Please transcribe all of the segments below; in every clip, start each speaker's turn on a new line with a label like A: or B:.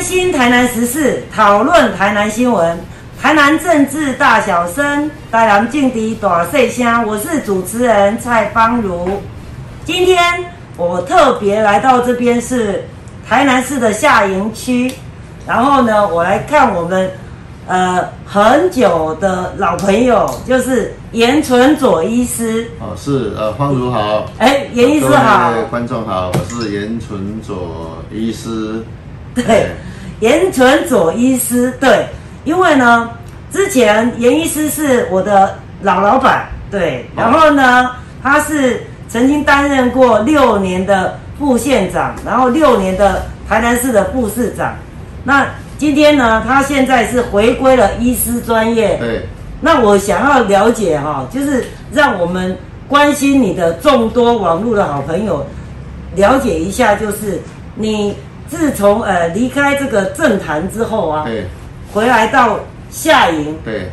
A: 新台南时事，讨论台南新闻，台南政治大小声，台南劲敌短碎声。我是主持人蔡芳如。今天我特别来到这边是台南市的下营区，然后呢，我来看我们呃很久的老朋友，就是严纯佐医师。
B: 哦，是呃，方如好，
A: 哎，严医师好
B: 各。位观众好，我是严纯佐医师。
A: 对，严纯佐医师，对，因为呢，之前严医师是我的老老板，对，
B: 哦
A: 然后呢，他是曾经担任过六年的副县长，然后六年的台南市的副市长。那今天呢，他现在是回归了医师专业，
B: 对，
A: 那我想要了解哈、就是让我们关心你的众多网络的好朋友了解一下，就是你自从呃离开这个政坛之后啊，
B: 对，
A: 回来到下营
B: 对，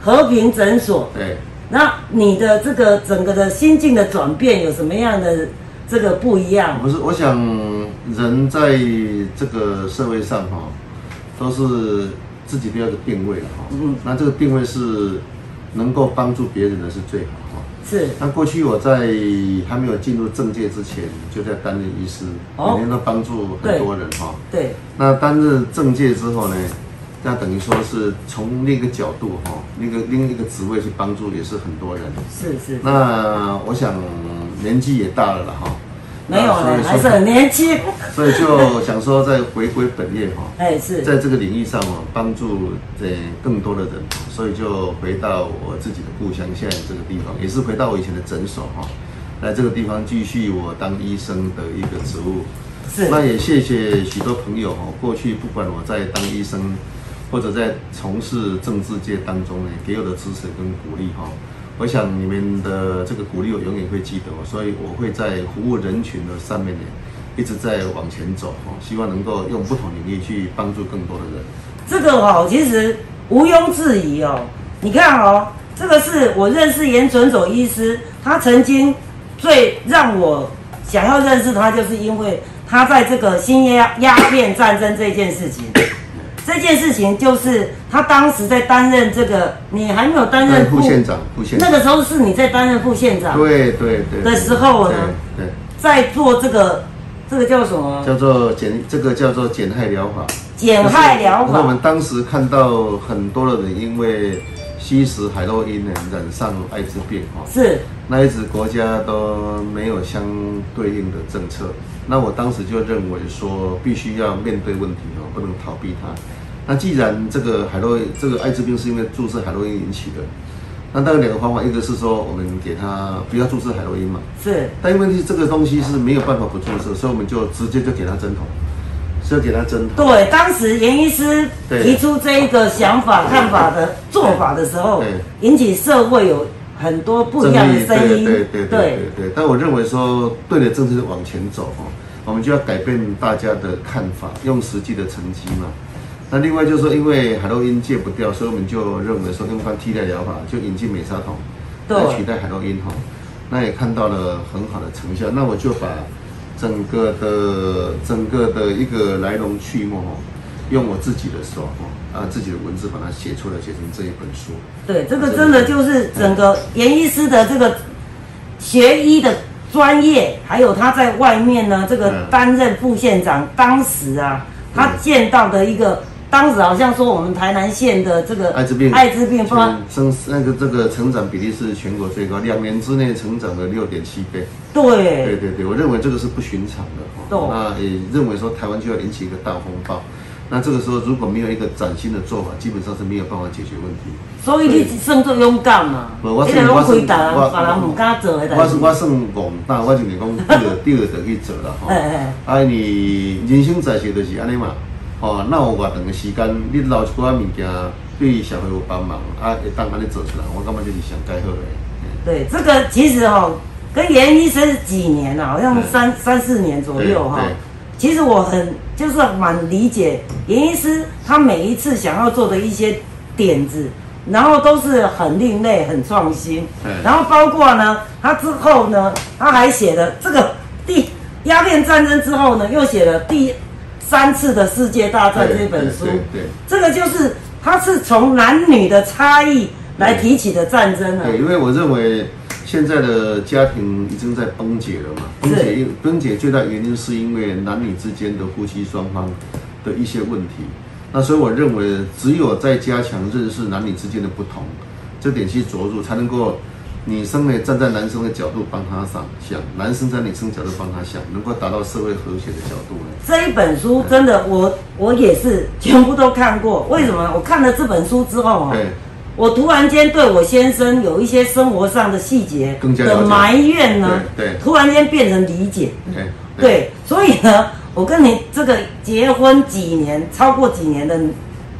A: 和平诊所，
B: 对，
A: 那你的这个整个的心境的转变有什么样的这个不一样？
B: 不是，我想人在这个社会上哈、都是自己标的定位了哈、
A: 嗯
B: 那这个定位是能够帮助别人的是最好哈、
A: 是
B: 那过去我在还没有进入政界之前，就在担任医师，
A: 哦
B: 每年都帮助很多人哈、
A: 对，
B: 那担任政界之后呢，那等于说是从另一个角度哈、那个另一个职位去帮助也是很多人。
A: 是是，
B: 那我想年纪也大了了哈、
A: 没有了，
B: 那
A: 还是
B: 所以
A: 很年轻，
B: 说， 所以就想说再回归本业哈、
A: 哎是
B: 在这个领域上哦，帮助呃更多的人，所以就回到我自己的故乡，现在这个地方，也是回到我以前的诊所哈、来这个地方继续我当医生的一个职务。
A: 是
B: 那也谢谢许多朋友哦，过去不管我在当医生，或者在从事政治界当中呢，给我的支持跟鼓励哈、我想你们的这个鼓励我永远会记得哦，所以我会在服务人群的上面呢，一直在往前走哦，希望能够用不同领域去帮助更多的人。
A: 这个哈、其实毋庸置疑哦。你看哦，这个是我认识严准佐医师，他曾经最让我想要认识他，就是因为他在这个新鸦鸦片战争这件事情。这件事情就是他当时在担任这个，你还没有担任
B: 对副县长副县长
A: 那个时候是你在担任副县长，
B: 对对对。
A: 的时候呢
B: 对，
A: 在做这个这个叫什么
B: 对，叫做减，这个叫做减害疗法。
A: 减害疗
B: 就是我
A: 法
B: 们？当时看到很多的人因为吸食海洛因呢，染上艾滋病哈、
A: 是
B: 那一直国家都没有相对应的政策。那我当时就认为说，必须要面对问题哦，不能逃避它。那既然这个海洛因这个艾滋病是因为注射海洛因引起的，那当然两个方法，一个是说我们给他不要注射海洛因嘛，
A: 是
B: 但问题是这个东西是没有办法不注射，所以我们就直接就给他针头，就给他针头。
A: 对，当时严医师
B: 对
A: 提出这一个想法、看法的做法的时候
B: 对，
A: 引起社会有很多不一样的声音。
B: 对对对对对。但我认为说，对的政策是往前走哦，我们就要改变大家的看法，用实际的成绩嘛。那另外就是说，因为海洛因戒不掉，所以我们就认为说，用它替代疗法，就引进美沙酮
A: 对
B: 来取代海洛因哈。那也看到了很好的成效，那我就把整个的整个的一个来龙去脉哦，用我自己的手哦啊自己的文字把它写出来，写成这一本书。
A: 对这个真的就是整个严医师的这个学医的专业，还有他在外面呢，这个
B: 嗯
A: 担任副县长，当时啊，他
B: 对
A: 见到的一个。当时好像说我们台南县的这个
B: 艾滋病，
A: 艾滋病
B: 全
A: 发，
B: 生那个这个成长比例是全国最高，两年之内成长了六点七倍。对
A: 对
B: 对对，我认为这个是不寻常的
A: 懂
B: 哦。那也认为说台湾就要引起一个大风暴，那这个时候如果没有一个崭新的做法，基本上是没有办法解决问题。
A: 所以你算作勇敢嘛，
B: 不我
A: 你
B: 是
A: 若拢
B: 我是
A: 回答，
B: 我
A: 别人唔敢做的代
B: 我
A: 志
B: 是。我算戆大，我就是讲对了对了就去做 了吼
A: 哎哎。
B: 啊，你人生在世就是安尼嘛，吼，那有偌长的时间，你留一寡物件对社会有帮忙，啊，会当安尼做出来，我感觉就是上该好的。嗯
A: 对，这个其实哈、跟严医生几年啊了、好像
B: 嗯
A: 三、三四年左右哈、
B: 对对
A: 其实我很就是蛮理解严医师他每一次想要做的一些点子，然后都是很另类、很创新。
B: 嗯
A: 然后包括呢，他之后呢，他还写了这个第鸦片战争之后呢，又写了第三次的世界大战》这本书
B: 对，对
A: 这个就是它是从男女的差异来提起的战争啊
B: 对，。对，因为我认为现在的家庭已经在崩解了嘛，崩解因崩解最大原因是因为男女之间的夫妻双方的一些问题。那所以我认为，只有在加强认识男女之间的不同，这点去着入，才能够女生呢站在男生的角度帮他想，想男生在女生角度帮他想，能够达到社会和谐的角度呢。
A: 这一本
B: 嗯
A: 书真的我，我也是全部都看过。为什么？我看了这本书之后哦，
B: 对，
A: 我突然间对我先生有一些生活上的细节
B: 更加了解
A: 的埋怨呢，
B: 对对
A: 突然间变成理解。
B: 对，
A: 对，所以呢，我跟你这个结婚几年，超过几年的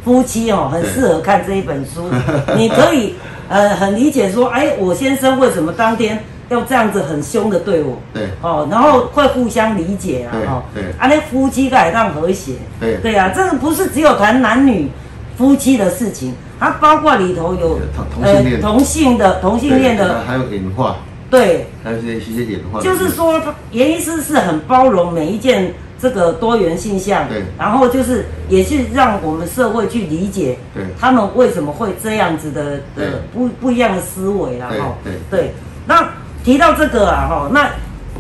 A: 夫妻哦，很
B: 对
A: 适合看这一本书。 你可以呃很理解说，哎，我先生为什么当天要这样子很凶的对我？
B: 对
A: 哦，然后会互相理解啊，
B: 对
A: 哦，
B: 对
A: 啊，那夫妻该让和谐，
B: 对
A: 对啊，这个不是只有谈男女夫妻的事情，它包括里头有呃
B: 同同性恋
A: 同性的同性恋的，
B: 还有演化，
A: 对，
B: 还有一些一些演化，
A: 就是说，严医师是很包容每一件这个多元现象，
B: 对
A: 然后就是也是让我们社会去理解，
B: 对
A: 他们为什么会这样子的
B: 对
A: 的不不一样的思维啦，
B: 对
A: 哈，
B: 对
A: 对。那提到这个啊，哈，那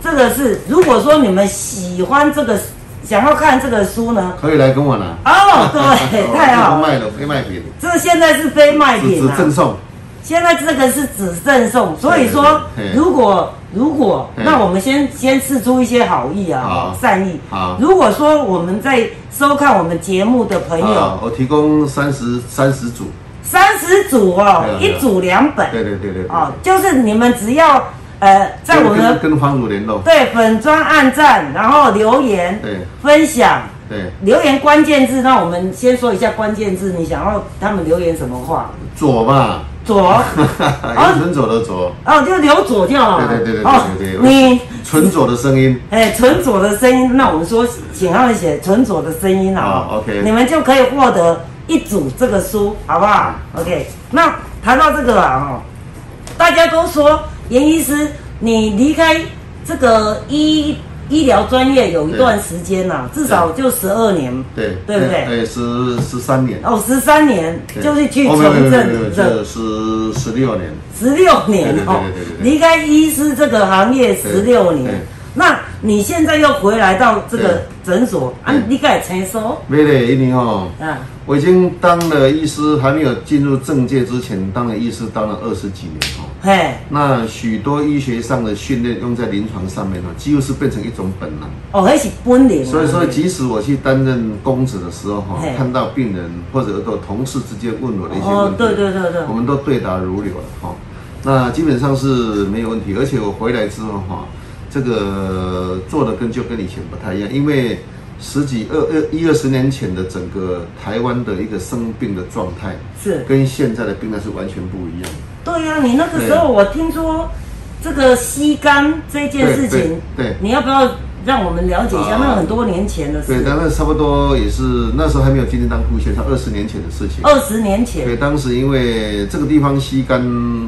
A: 这个是如果说你们喜欢这个，想要看这个书呢，
B: 可以来跟我拿。
A: 哦，对，太好
B: 不
A: 了，
B: 卖了，非卖品，
A: 这现在是非卖
B: 只
A: 品
B: 只
A: 啊，
B: 赠送。
A: 现在这个是只赠送，所以说
B: 对对对
A: 如果如果，
B: 嗯
A: 那我们先先试出一些好意啊
B: 好，
A: 善意。
B: 好
A: 如果说我们在收看我们节目的朋友
B: 啊，，我提供三十三十组。
A: 三十组哦
B: 对啊，对啊
A: 一组两本
B: 对对对对。对
A: 哦，，就是你们只要呃在我们
B: 跟
A: 的
B: 跟方如联络。
A: 对粉砖按赞，然后留言
B: 对
A: 分享。
B: 对，
A: 留言关键字，那我们先说一下关键字，你想要他们留言什么话？
B: 左嘛，
A: 左
B: 有纯左的左，
A: 哦，就留左就好了。
B: 对对对对对对
A: 哦，
B: 对
A: 你
B: 纯左的声音。
A: 哎，纯左的声音，那我们说，请他们写纯左的声音好不好
B: 好，OK
A: 你们就可以获得一组这个书，好不好？OK，那谈到这个啊，哦，大家都说严医师，你离开这个医医疗专业有一段时间呐、至少就十二年，
B: 对
A: 对不对？
B: 对，十十三年。
A: 哦，十三年
B: 对
A: 就是去
B: 哦
A: 从
B: 没有没有没有没
A: 政
B: 有
A: 这
B: 是十十六年。
A: 十六年
B: 对对对对
A: 哦
B: 对对，对
A: 离开医师这个行业
B: 对
A: 十六
B: 对
A: 年，那你现在又回来到这个诊所啊
B: 对？
A: 你该承受
B: 没嘞，一定哦。
A: 啊，
B: 我已经当了医师，还没有进入政界之前，当了医师当了二十几年哦。
A: 嘿，
B: 那许多医学上的训练用在临床上面呢，啊几乎是变成一种本能。
A: 哦，那是本领啊。
B: 所以说，即使我去担任公职的时候哈
A: 嘿，
B: 看到病人或者都同事之间问我的一些问
A: 哦
B: 题，，
A: 对对对对
B: 我，们都对答如流了哈。那基本上是没有问题，而且我回来之后哈，这个做的跟就跟以前不太一样，因为十几二二一二十年前的整个台湾的一个生病的状态，
A: 是，
B: 跟现在的病态是完全不一样的。
A: 对呀。你那个时候我听说这个吸肝这件事情，
B: 对对对
A: 你要不要让我们了解一下？
B: 啊
A: 那很多年前的
B: 对，
A: 事，
B: 但是差不多也是那时候还没有今天当副县，是二十年前的事情。
A: 二十年前
B: 对，当时因为这个地方吸干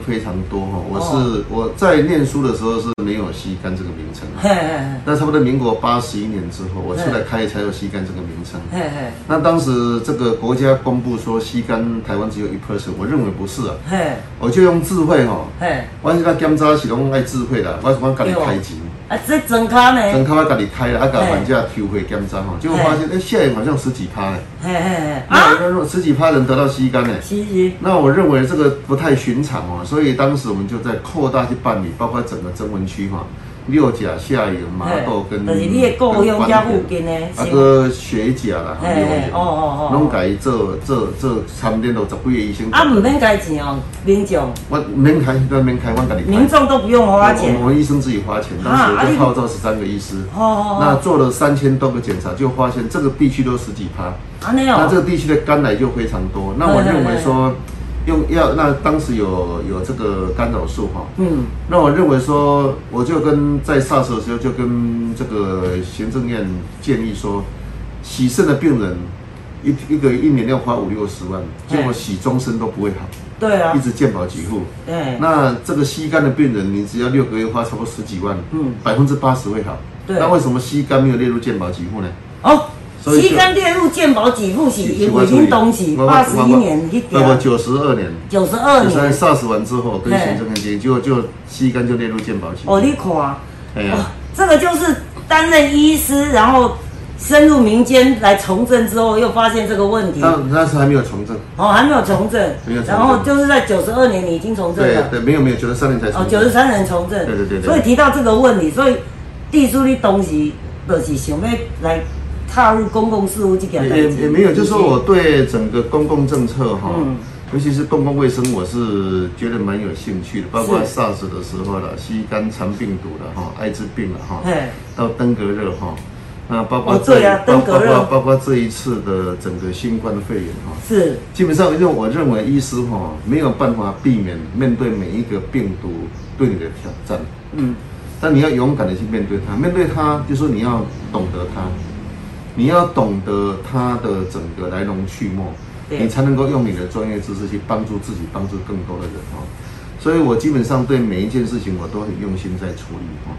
B: 非常多哈，我是、我在念书的时候是没有吸干这个名称
A: 嘿
B: 的，
A: 嘿
B: 那差不多民国八十一年之后，我出来
A: 嗯
B: 开才有吸干这个名称。
A: 嘿嘿嘿
B: 那当时这个国家公布说吸干台湾只有一 person，我认为不是啊，
A: 嘿
B: 我就用智慧哈、
A: 嘿，
B: 我这个检查是拢爱智慧啦，我是讲家己开钱，
A: 啊，这整卡呢？
B: 等看我家己开啦，啊，甲玩家抽回检查吼，结果发现哎、下来好像十几趴呢，
A: 嘿嘿嘿啊，
B: 那那十几趴人得到吸干呢。
A: 嘻嘻，
B: 那我认为这个不太寻常哦，所以当时我们就在扩大去办理，包括整个增文区哈、六甲、下营、麻豆跟，
A: 就是你的故
B: 跟
A: 乡
B: 关
A: 家
B: 田
A: 附近的
B: 啊
A: 是吗
B: 个学甲啦，
A: 嘿嘿哦哦哦
B: 拢改做做做参点都十几个医生。
A: 啊，唔免开钱哦，民众
B: 我免开，都免开，我家己开。
A: 民众都不用花钱
B: 我我。们医生自己花钱，当时我就号召十三个医师，
A: 哦哦
B: 那做了三千多个检查，就发现这个地区都十几趴。
A: 哦，安尼
B: 那这
A: 哦，
B: 个地区的肝癌就非常多。那我认为说，用药那当时有有这个干扰素哈、
A: 嗯，
B: 那我认为说，我就跟在 SARS 的时候就跟这个行政院建议说，洗肾的病人一一个一年要花五六十万，
A: 对
B: 结果洗终身都不会好，
A: 对啊
B: 一，直健保给付。
A: 哎，
B: 那这个吸肝的病人，你只要六个月花差不多十几万，
A: 嗯
B: 百分之八十会好。
A: 对
B: 那为什么吸肝没有列入健保给付呢？
A: 哦，
B: 所以
A: 七
B: 就
A: 根列入健保给付是因为恁当时
B: 我
A: 八十一年迄
B: 我我
A: 个
B: 九十二年，
A: 九十二
B: 九十二
A: 年，
B: SARS 完之后跟
A: 嘿
B: 行政跟结，就就吸干就列入健保局。
A: 哦，你看。
B: 哎呀、
A: 哇这个就是担任医师，然后深入民间来从政之后，又发现这个问题，
B: 那那时还没有从政，
A: 哦，还没有从政
B: 嗯没有，从政
A: 然后就是在九十二年你已经从政
B: 对啊
A: 了，
B: 对，没有没有，九十三年才
A: 啊哦
B: 从，
A: 九
B: 政。
A: 十三人从政，
B: 对对对对
A: 所以提到这个问题，所以地书的东西就是想要来踏入公共事务这件
B: 也也也没有，就是说我对整个公共政策哈，
A: 嗯
B: 尤其是公共卫生，我是觉得蛮有兴趣的，包括
A: 是
B: SARS 的时候了，吸肝肠病毒了哈，艾滋病了哈，
A: 嘿，
B: 到登革热哈，那包括
A: 哦对啊
B: 这一包
A: 登革热
B: 包括包括这一次的整个新冠肺炎哈，
A: 是
B: 基本上因为我认为医师哈没有办法避免面对每一个病毒对你的挑战，
A: 嗯
B: 但你要勇敢的去面对它，面对它就是说你要懂得它，你要懂得它的整个来龙去脉，
A: 对
B: 你才能够用你的专业知识去帮助自己，帮助更多的人哦。所以我基本上对每一件事情我都很用心在处理哦。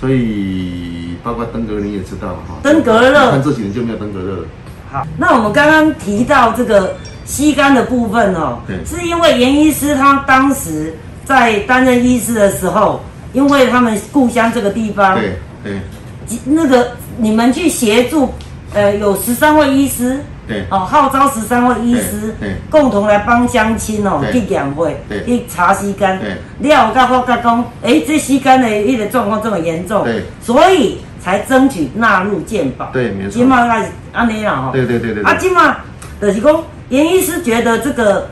B: 所以包括登革热你也知道哈，
A: 登革热
B: 你看这几年就没有登革热了，
A: 好，那我们刚刚提到这个吸肝的部分哦
B: 对，
A: 是因为严医师他当时在担任医师的时候，因为他们故乡这个地方，
B: 对对
A: 几那个你们去协助，呃，有十三位医师。
B: 对
A: 哦，号召十三位医师
B: 对对
A: 共同来帮乡亲哦
B: 对
A: 去验血
B: 对、
A: 去查吸肝
B: 对。
A: 了，我甲发觉讲，诶，这吸肝的一个状况这么严重
B: 对，
A: 所以才争取纳入健保。
B: 对没错
A: 今嘛开始安尼啦吼。
B: 对对对对
A: 啊，
B: 对，
A: 今嘛就是讲，严医师觉得这个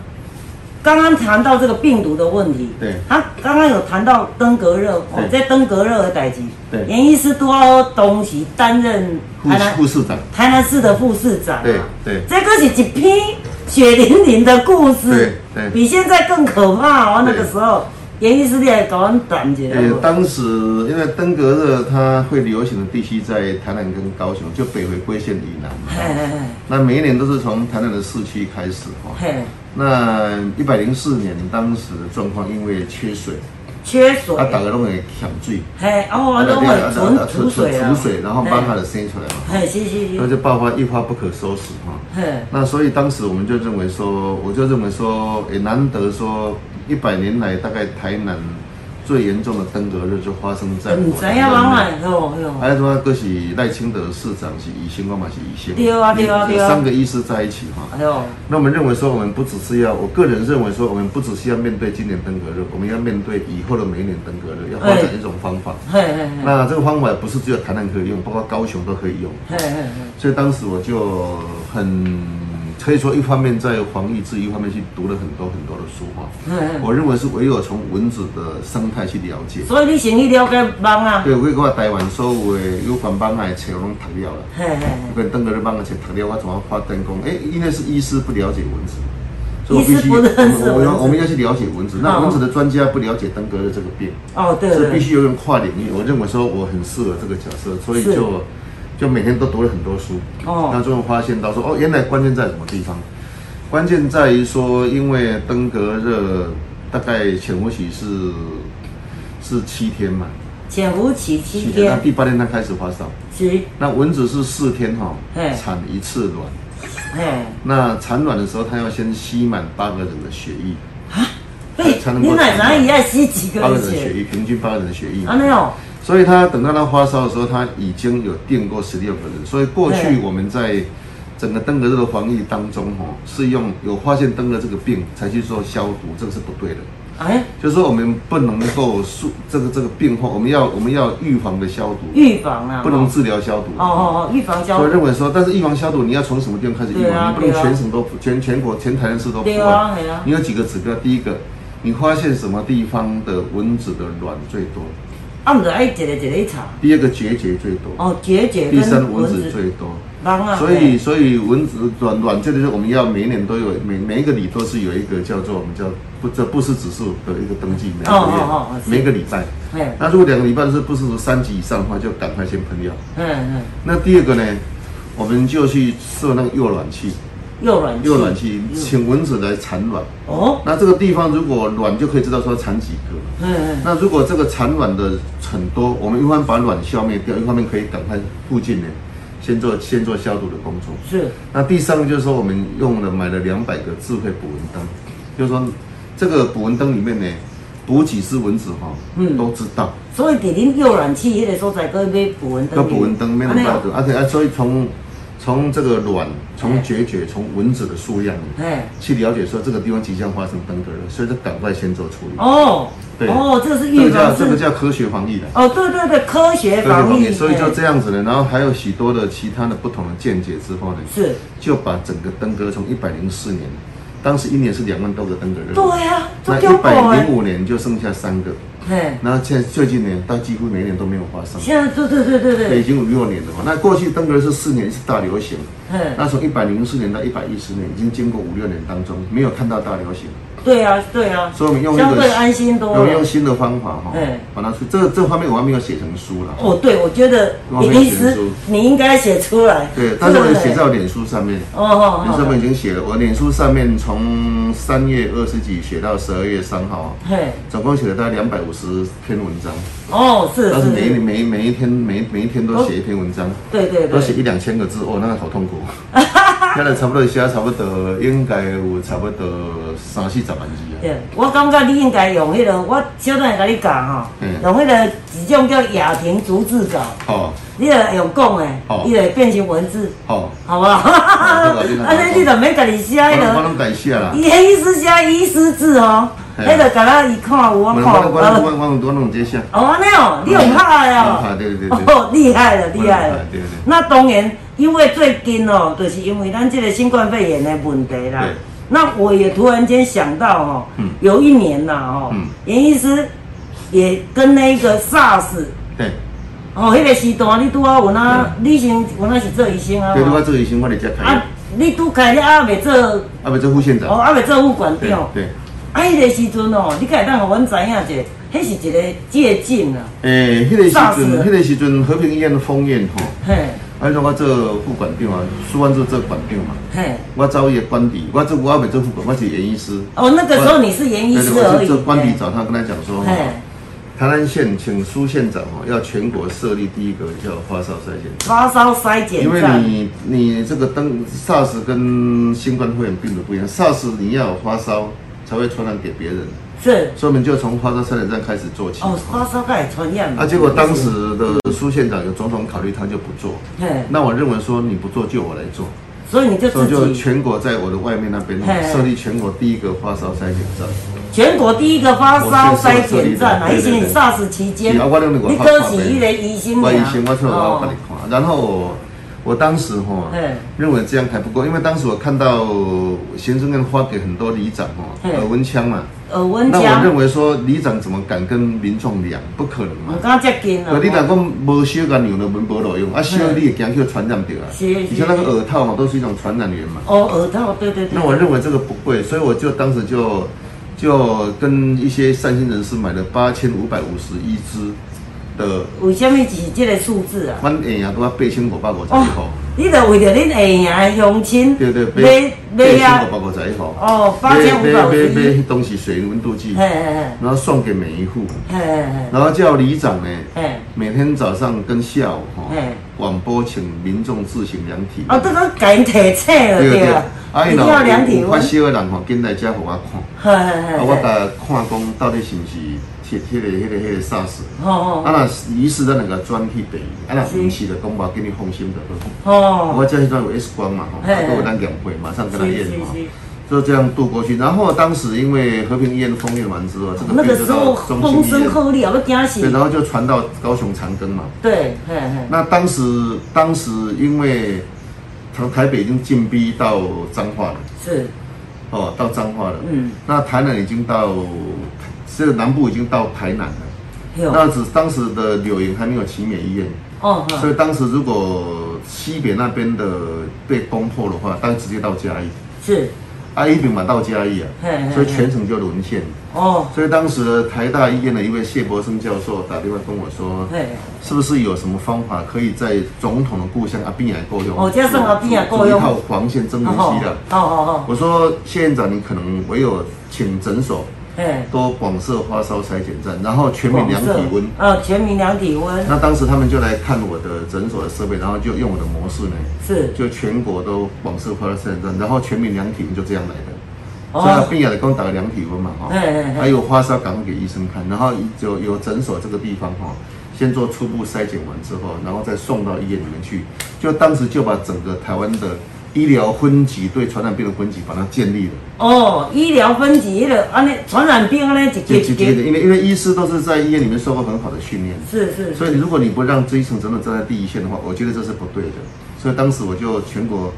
A: 刚刚谈到这个病毒的问题，
B: 对
A: 他刚刚有谈到登革热，哦，
B: 对
A: 在登革热的代际，
B: 对
A: 严医师多少东西担任
B: 护
A: 台南
B: 护士长，
A: 台南市的副市长、啊，
B: 对对
A: 这个是一篇血淋淋的故事，
B: 对对
A: 比现在更可怕哦，那
B: 对
A: 个时候。严医师你也搞我们感觉，
B: 呃，当时因为登革热它会流行的地区在台南跟高雄，就北回归线以南
A: 嘿
B: 嘛。
A: 嘿
B: 那每一年都是从台南的市区开始
A: 嘿嘿，
B: 哈。那一百零四年当时的状况，因为缺水，啊
A: 缺水，
B: 它打啊个弄会抢水，
A: 嘿，哦，都会存储水啊，
B: 储水，然后把它的生出来嘛，
A: 嘿，是是
B: 然后
A: 是，
B: 就爆发一发不可收拾哈。
A: 嘿。
B: 那所以当时我们就认为说，我就认为说，也难得说，一百年来大概台南最严重的登革热就发生在我
A: 唔
B: 们
A: 知影往来，吼吼，
B: 还有什么？哥是赖清德市长是医生，我嘛是医生。
A: 对啊对啊对啊
B: 三个医师在一起哈。
A: 哎呦，
B: 那我们认为说，我们不只是要，我个人认为说，我们不只是要面对今年登革热，我们要面对以后的每一年登革热，要发展一种方法。
A: 嘿嘿嘿，
B: 那这个方法不是只有台南可以用，包括高雄都可以用。
A: 嘿嘿嘿，
B: 所以当时我就很可以说，一方面在防疫治一方面去读了很多很多的书哈。
A: 嘿嘿，
B: 我认为是唯有从蚊子的生态去了解。
A: 所以你先去了解网啊，
B: 对，我我台湾所有的有关帮的册我拢读了啦。
A: 嘿嘿嘿，
B: 跟登革热帮的册读了，我怎么发灯工？哎，因为是医师不了解蚊子，
A: 医师不认识
B: 我
A: 蚊
B: 们我们要
A: 子
B: 我们要去了解蚊子。那
A: 哦
B: 蚊子的专家不了解登革热这个病，
A: 哦对
B: 所以必
A: 对，
B: 须有人跨领域。我认为说我很适合这个角色，所以
A: 是
B: 就就每天都读了很多书。
A: 哦
B: 那最后发现到说，哦，原来关键在什么地方？关键在于说，因为登革热大概潜伏期是是七天嘛，
A: 潜伏期七
B: 那
A: 天
B: 第八天它开始发烧。
A: 是，
B: 那蚊子是四天哈、
A: 嘿
B: 产一次卵。
A: 嘿，
B: 那产卵的时候，它要先吸满八个人的血液，
A: 嘿，啊你奶奶也要吸几个
B: 八个
A: 人
B: 人的血
A: 血？
B: 液，平均八个人的血液。
A: 啊没有，
B: 所以它等到它发烧的时候，它已经有定过十六个人。所以过去
A: 对
B: 我们在整个登革热的防疫当中，哦，是用有发现登革这个病才去做消毒，这个是不对的。
A: 哎，
B: 就是说我们不能够速这个这个病患，我们要我们要预防的消毒，
A: 预防啊，
B: 不能治疗消毒。
A: 哦哦哦，预防消
B: 所以
A: 毒，
B: 认为说，但是预防消毒，你要从什么地方开始预
A: 对啊
B: 防？你不能
A: 对啊
B: 全省都全全国全台湾市都
A: 对
B: 覆
A: 啊
B: 盖
A: 对啊。
B: 你有几个指标？第一个，你发现什么地方的蚊子的卵最多？
A: 啊，唔是爱一个一个查，
B: 第二个结节最多，
A: 哦，结节
B: 第三
A: 跟
B: 蚊
A: 蚊
B: 子
A: 子，
B: 最多。
A: 人啊，
B: 所以，所以蚊子卵卵这个就是我们要每一年都有每每一个里都是有一个叫做我们叫不这不是指数的一个登记，每个月、
A: 哦哦哦是
B: 每个礼拜。
A: 嘿，
B: 那如果两个礼拜是不是三级以上的话，就赶快先喷药。
A: 嘿嘿，
B: 那第二个呢，我们就去设那个诱卵器。
A: 又软
B: 诱卵器，请蚊子来产卵。
A: 哦，
B: 那这个地方如果卵就可以知道说产几个。
A: 嘿嘿，
B: 那如果这个产卵的很多，我们一方面把卵消灭掉，一方面可以赶快附近呢先做先做消毒的工作。
A: 是
B: 那第三个就是说，我们用了买了两百个智慧捕蚊灯，就是说这个捕蚊灯里面呢，捕几只蚊子哈、
A: 嗯
B: 都知道。
A: 所以伫恁诱卵器迄个所在，搁买捕蚊灯。
B: 要捕蚊灯没那么
A: 安尼
B: 大
A: 哦
B: 毒，而且啊，所以从从这个卵、从决绝、从蚊子的数量
A: 哎，
B: 去了解说这个地方即将发生登革热，所以就赶快先做处理。
A: 哦，
B: 对
A: 哦，这个是
B: 这
A: 预
B: 个叫
A: 防
B: 这个
A: 是。
B: 叫科学防疫的。
A: 哦，对对对，科学
B: 科学
A: 防疫。
B: 所以就
A: 哎
B: 这样子呢，然后还有许多的其他的不同的见解之后呢，
A: 是，
B: 就把整个登革热从一百零四年，当时一年是两万多个登革热，
A: 对啊，
B: 那
A: 做
B: 一
A: 中
B: 百
A: 国
B: 零
A: 诶。
B: 五年就剩下三个，
A: 哎，
B: 那现在最近呢，它几乎每年都没有发生，
A: 现在对对对对
B: 已
A: 对，
B: 经五六年了嘛。那过去登革热是四年是大流行，
A: 嗯，
B: 那从一百零四年到一百一十年，已经经过五六年当中，没有看到大流行，
A: 对啊对啊，
B: 所以我们用一个
A: 相对安心多
B: 我们用
A: 了。
B: 新的方法哈
A: 对，把
B: 把它这这方面我还没有写成书了。
A: 哦，对，我觉得
B: 我
A: 你
B: 没有
A: 历
B: 写
A: 史
B: 出
A: 你应该写出来。
B: 对，但是我
A: 对
B: 有
A: 不对
B: 写在我脸书上面，
A: 哦哦
B: 脸书上
A: 哦，
B: 面已经写了。我脸书上面从三月二十几写到十二月三号，
A: 嘿，
B: 总共写了大概两百五十篇文章，
A: 哦是
B: 但是每一
A: 是，
B: 每一每一天每一每一天都写一篇文章，
A: 对对
B: 都写
A: 对，
B: 一两千个字，哦，那个好 痛苦。现在差不多写差不多应该有差不多三四十万字啊。
A: 对，我感觉你应该用迄个，我小等下甲你讲吼，
B: 嗯
A: 用迄个一种叫雅婷逐字稿，
B: 哦
A: 你若用讲诶
B: 好，
A: 伊就会变成文字，
B: 哦。
A: 好不好？
B: 好这个
A: 安尼你就免家己写迄
B: 我我
A: 个，
B: 拢改写啦。
A: 伊迄意思写医师字哦，
B: 嘿
A: 迄个甲咱伊看有
B: 我
A: 我
B: 我
A: 看
B: 我
A: 有啊。
B: 我我我弄这些。
A: 哦，安尼哦，你用拍的哦，
B: 嗯对对对对
A: 哦，厉害了，厉害了
B: 我有拍对对。
A: 那当然，因为最近哦，就是因为咱这个新冠肺炎的问题啦
B: 对。
A: 那我也突然间想到哦，
B: 嗯
A: 有一年呐哦
B: 嗯，
A: 严医师也跟那个 SARS
B: 对，
A: 哦，迄、个时段你拄啊有那，你先有那是做医生啊
B: 嗯对，我
A: 嘛，
B: 做医生，我伫遮开
A: 啊
B: 的，，
A: 你拄开了啊，未做，哦，
B: 啊，不做副县长。
A: 啊，未做副馆
B: 对
A: 长，
B: 对。
A: 啊，迄个时阵哦，你敢会当互阮知影者，迄是一个借鉴啊，
B: 诶，迄个时
A: SARS
B: 阵，迄个时阵和平医院封院吼，
A: 嘿，
B: 啊，种我做副馆长啊，苏万做做馆长嘛，
A: 嘿。
B: 我走伊的官邸，我做我袂做副馆，我是演医师。
A: 哦，那个时候你是严医
B: 对
A: 师
B: 对，
A: 而
B: 我
A: 已。
B: 是做官邸
A: 对
B: 找他，跟他讲说，
A: 嘿，
B: 台南县请苏县长哦，要全国设立第一个叫发烧筛检站。
A: 发烧筛检
B: 因为
A: 站，
B: 你你这个登 SARS 跟新冠肺炎病毒不一样，SARS 你要有发烧才会传染给别人，
A: 是
B: 所以我们就从发烧筛检站开始做起。
A: 哦，发烧该传染嘛。
B: 啊，结果当时的苏县长有种种考虑，他就不做。
A: 嘿，
B: 那我认为说你不做就我来做，
A: 所以你就
B: 所以
A: 自
B: 就
A: 己
B: 全国在我的外面那边
A: 嘿
B: 设立全国第一个发烧筛检站。
A: 全国第一个发烧筛检站啊，
B: 我
A: 以
B: 是设
A: 前
B: 立的
A: 你 SARS 期间，
B: 是啊我用那个
A: 你
B: 发
A: 哥
B: 发
A: 是
B: 呗
A: 一个医生
B: 我
A: 尔
B: 以前我出来我给你
A: 哦
B: 看，然后我我当时哈
A: 嘿
B: 认为这样还不够，因为当时我看到行政院发给很多里长
A: 嘿
B: 哦耳温枪嘛。
A: 耳温
B: 那我
A: 枪，
B: 认为说里长怎么敢跟民众讲？不可能嘛
A: 唔。敢接近
B: 可你若
A: 啊。
B: 讲无小甲牛的文无路用，啊小你也惊去传染掉啊。
A: 是是
B: 你像那个耳套嘛，都是一种传染源嘛。
A: 哦，耳套，对对对
B: 那。我认为这个不贵，所以我就当时就就跟一些善心人士买了八千五百五十一支的，
A: 为什么是这个数字啊？
B: 阮下啊都要八千五百五十一
A: 哦
B: 号，，
A: 你得为着恁下营的乡亲，
B: 对对，八
A: 买
B: 八
A: 买啊
B: 千五，百五十一号，
A: 哦，八千五百五十
B: 买买
A: 一，
B: 买东西水温度计，
A: 啊嘿嘿嘿。
B: 然后送给每一户，
A: 嘿嘿
B: 然后叫里长呢。
A: 嘿嘿，
B: 每天早上跟下午哈
A: 嗯，
B: 广播请民众自行量体温
A: 哦，这个改提册了
B: 对
A: 对
B: 对
A: 啊，，
B: 啊，
A: 一
B: 伊
A: 定
B: 若
A: 要量体
B: 有发
A: 温。
B: 烧的人吼，紧来遮互我看，
A: 嘿嘿
B: 啊，
A: 嘿
B: 我
A: 嘿，
B: 甲看讲到底是毋是迄迄个迄个迄个 SARS。
A: 哦
B: 啊，若是疑似咱两个转去病，啊，若毋是的，讲我给你放心的。
A: 哦哦，
B: 我这迄段有 X 光嘛吼，
A: 嘿
B: 啊，都有咱检会，马上
A: 是
B: 跟他验
A: 是
B: 吼，
A: 是，
B: 就这样度过去。然后当时因为和平医院封院完之后，这个
A: 哦那
B: 病
A: 个
B: 就
A: 时候
B: 到
A: 风
B: 中心医
A: 声
B: 院，
A: 鹤唳，我惊
B: 对，
A: 死。
B: 然后就传到高雄长庚嘛。
A: 对，嘿嘿，
B: 那当时当时因为台台北已经进逼到彰化了，
A: 是，
B: 哦，到彰化了。
A: 嗯，
B: 那台南已经到，这个南部已经到台南了。
A: 有，
B: 那只当时的柳营还没有奇美医院，
A: 哦，
B: 所
A: 哈
B: 以当时如果西北那边的被攻破的话，当然直接到嘉义，
A: 是，
B: 啊，一定嘛到嘉义啊
A: 嘿嘿，
B: 所以全城就沦陷。
A: 哦，
B: 所以当时台大医院的一位谢伯生教授打电话跟我说，
A: 嘿，
B: 是不是有什么方法可以在总统的故乡阿啊滨也够用？
A: 哦这样算阿扁也够用
B: 组一套黄线增援
A: 哦
B: 西的。
A: 哦哦
B: 我说谢院长，你可能唯有请诊所
A: 哎，
B: 多广设发烧筛检站，然后全民量体温。
A: 呃，全民量体温
B: 那当时他们就来看我的诊所的设备，然后就用我的模式呢，
A: 是
B: 就全国都广设发烧筛检站，然后全民量体温就这样来的。
A: 哦
B: 所以他病人跟我打个量体温嘛，哈、
A: 嘿嘿嘿
B: 还有发烧赶快给医生看，然后有有诊所这个地方哈、先做初步筛检完之后，然后再送到医院里面去，就当时就把整个台湾的医疗分级对传染病的分级把它建立了，
A: 哦，医疗分级迄个安尼传染病安尼一级
B: 就直
A: 一
B: 接的，
A: 级，
B: 因为因为医师都是在医院里面受过很好的训练，
A: 是是
B: 所以如果你不让基层诊所站在第一线的话，我觉得这是不对的。所以当时我就全国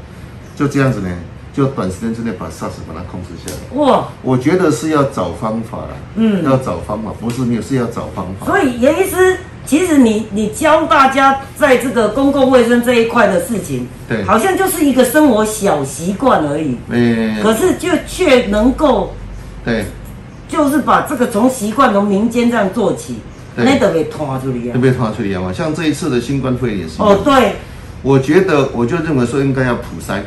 B: 就这样子呢，就短时间之内把 SARS 把它控制下来。
A: 哇，
B: 我觉得是要找方法啦，嗯，要找方法，不是没有，是要找方法。
A: 所以严医师，其实你你教大家在这个公共卫生这一块的事情，
B: 对
A: 好像就是一个生活小习惯而已，
B: 诶、
A: 可是就却能够
B: 对，
A: 就是把这个从习惯从民间这样做起，
B: 对
A: 那都给拖出去
B: 就
A: 啊。
B: 被传出去了嘛。像这一次的新冠肺炎也是，
A: 哦，对，
B: 我觉得我就认为说应该要普筛，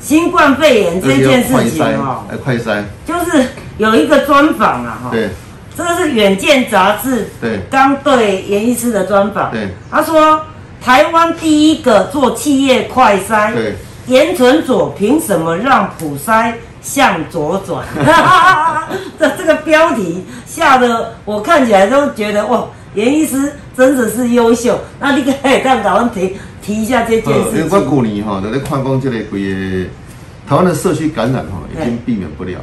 A: 新冠肺炎这件事情
B: 而且要
A: 哦，
B: 快筛，哎，快筛，
A: 就是有一个专访啊，哈、
B: 对
A: 这个是《远见》杂志
B: 对
A: 刚对严医师的专访，
B: 对
A: 他说台湾第一个做企业快筛，
B: 对，
A: 严存佐凭什么让普筛向左转？ 这这个标题下的我看起来都觉得哇，严医师真的是优秀。那你可以让台湾提提一下这件
B: 呃因
A: 事
B: 为我
A: 情，
B: 去年哈，在咧看讲这个规个台湾的社区感染哈，已经避免不了。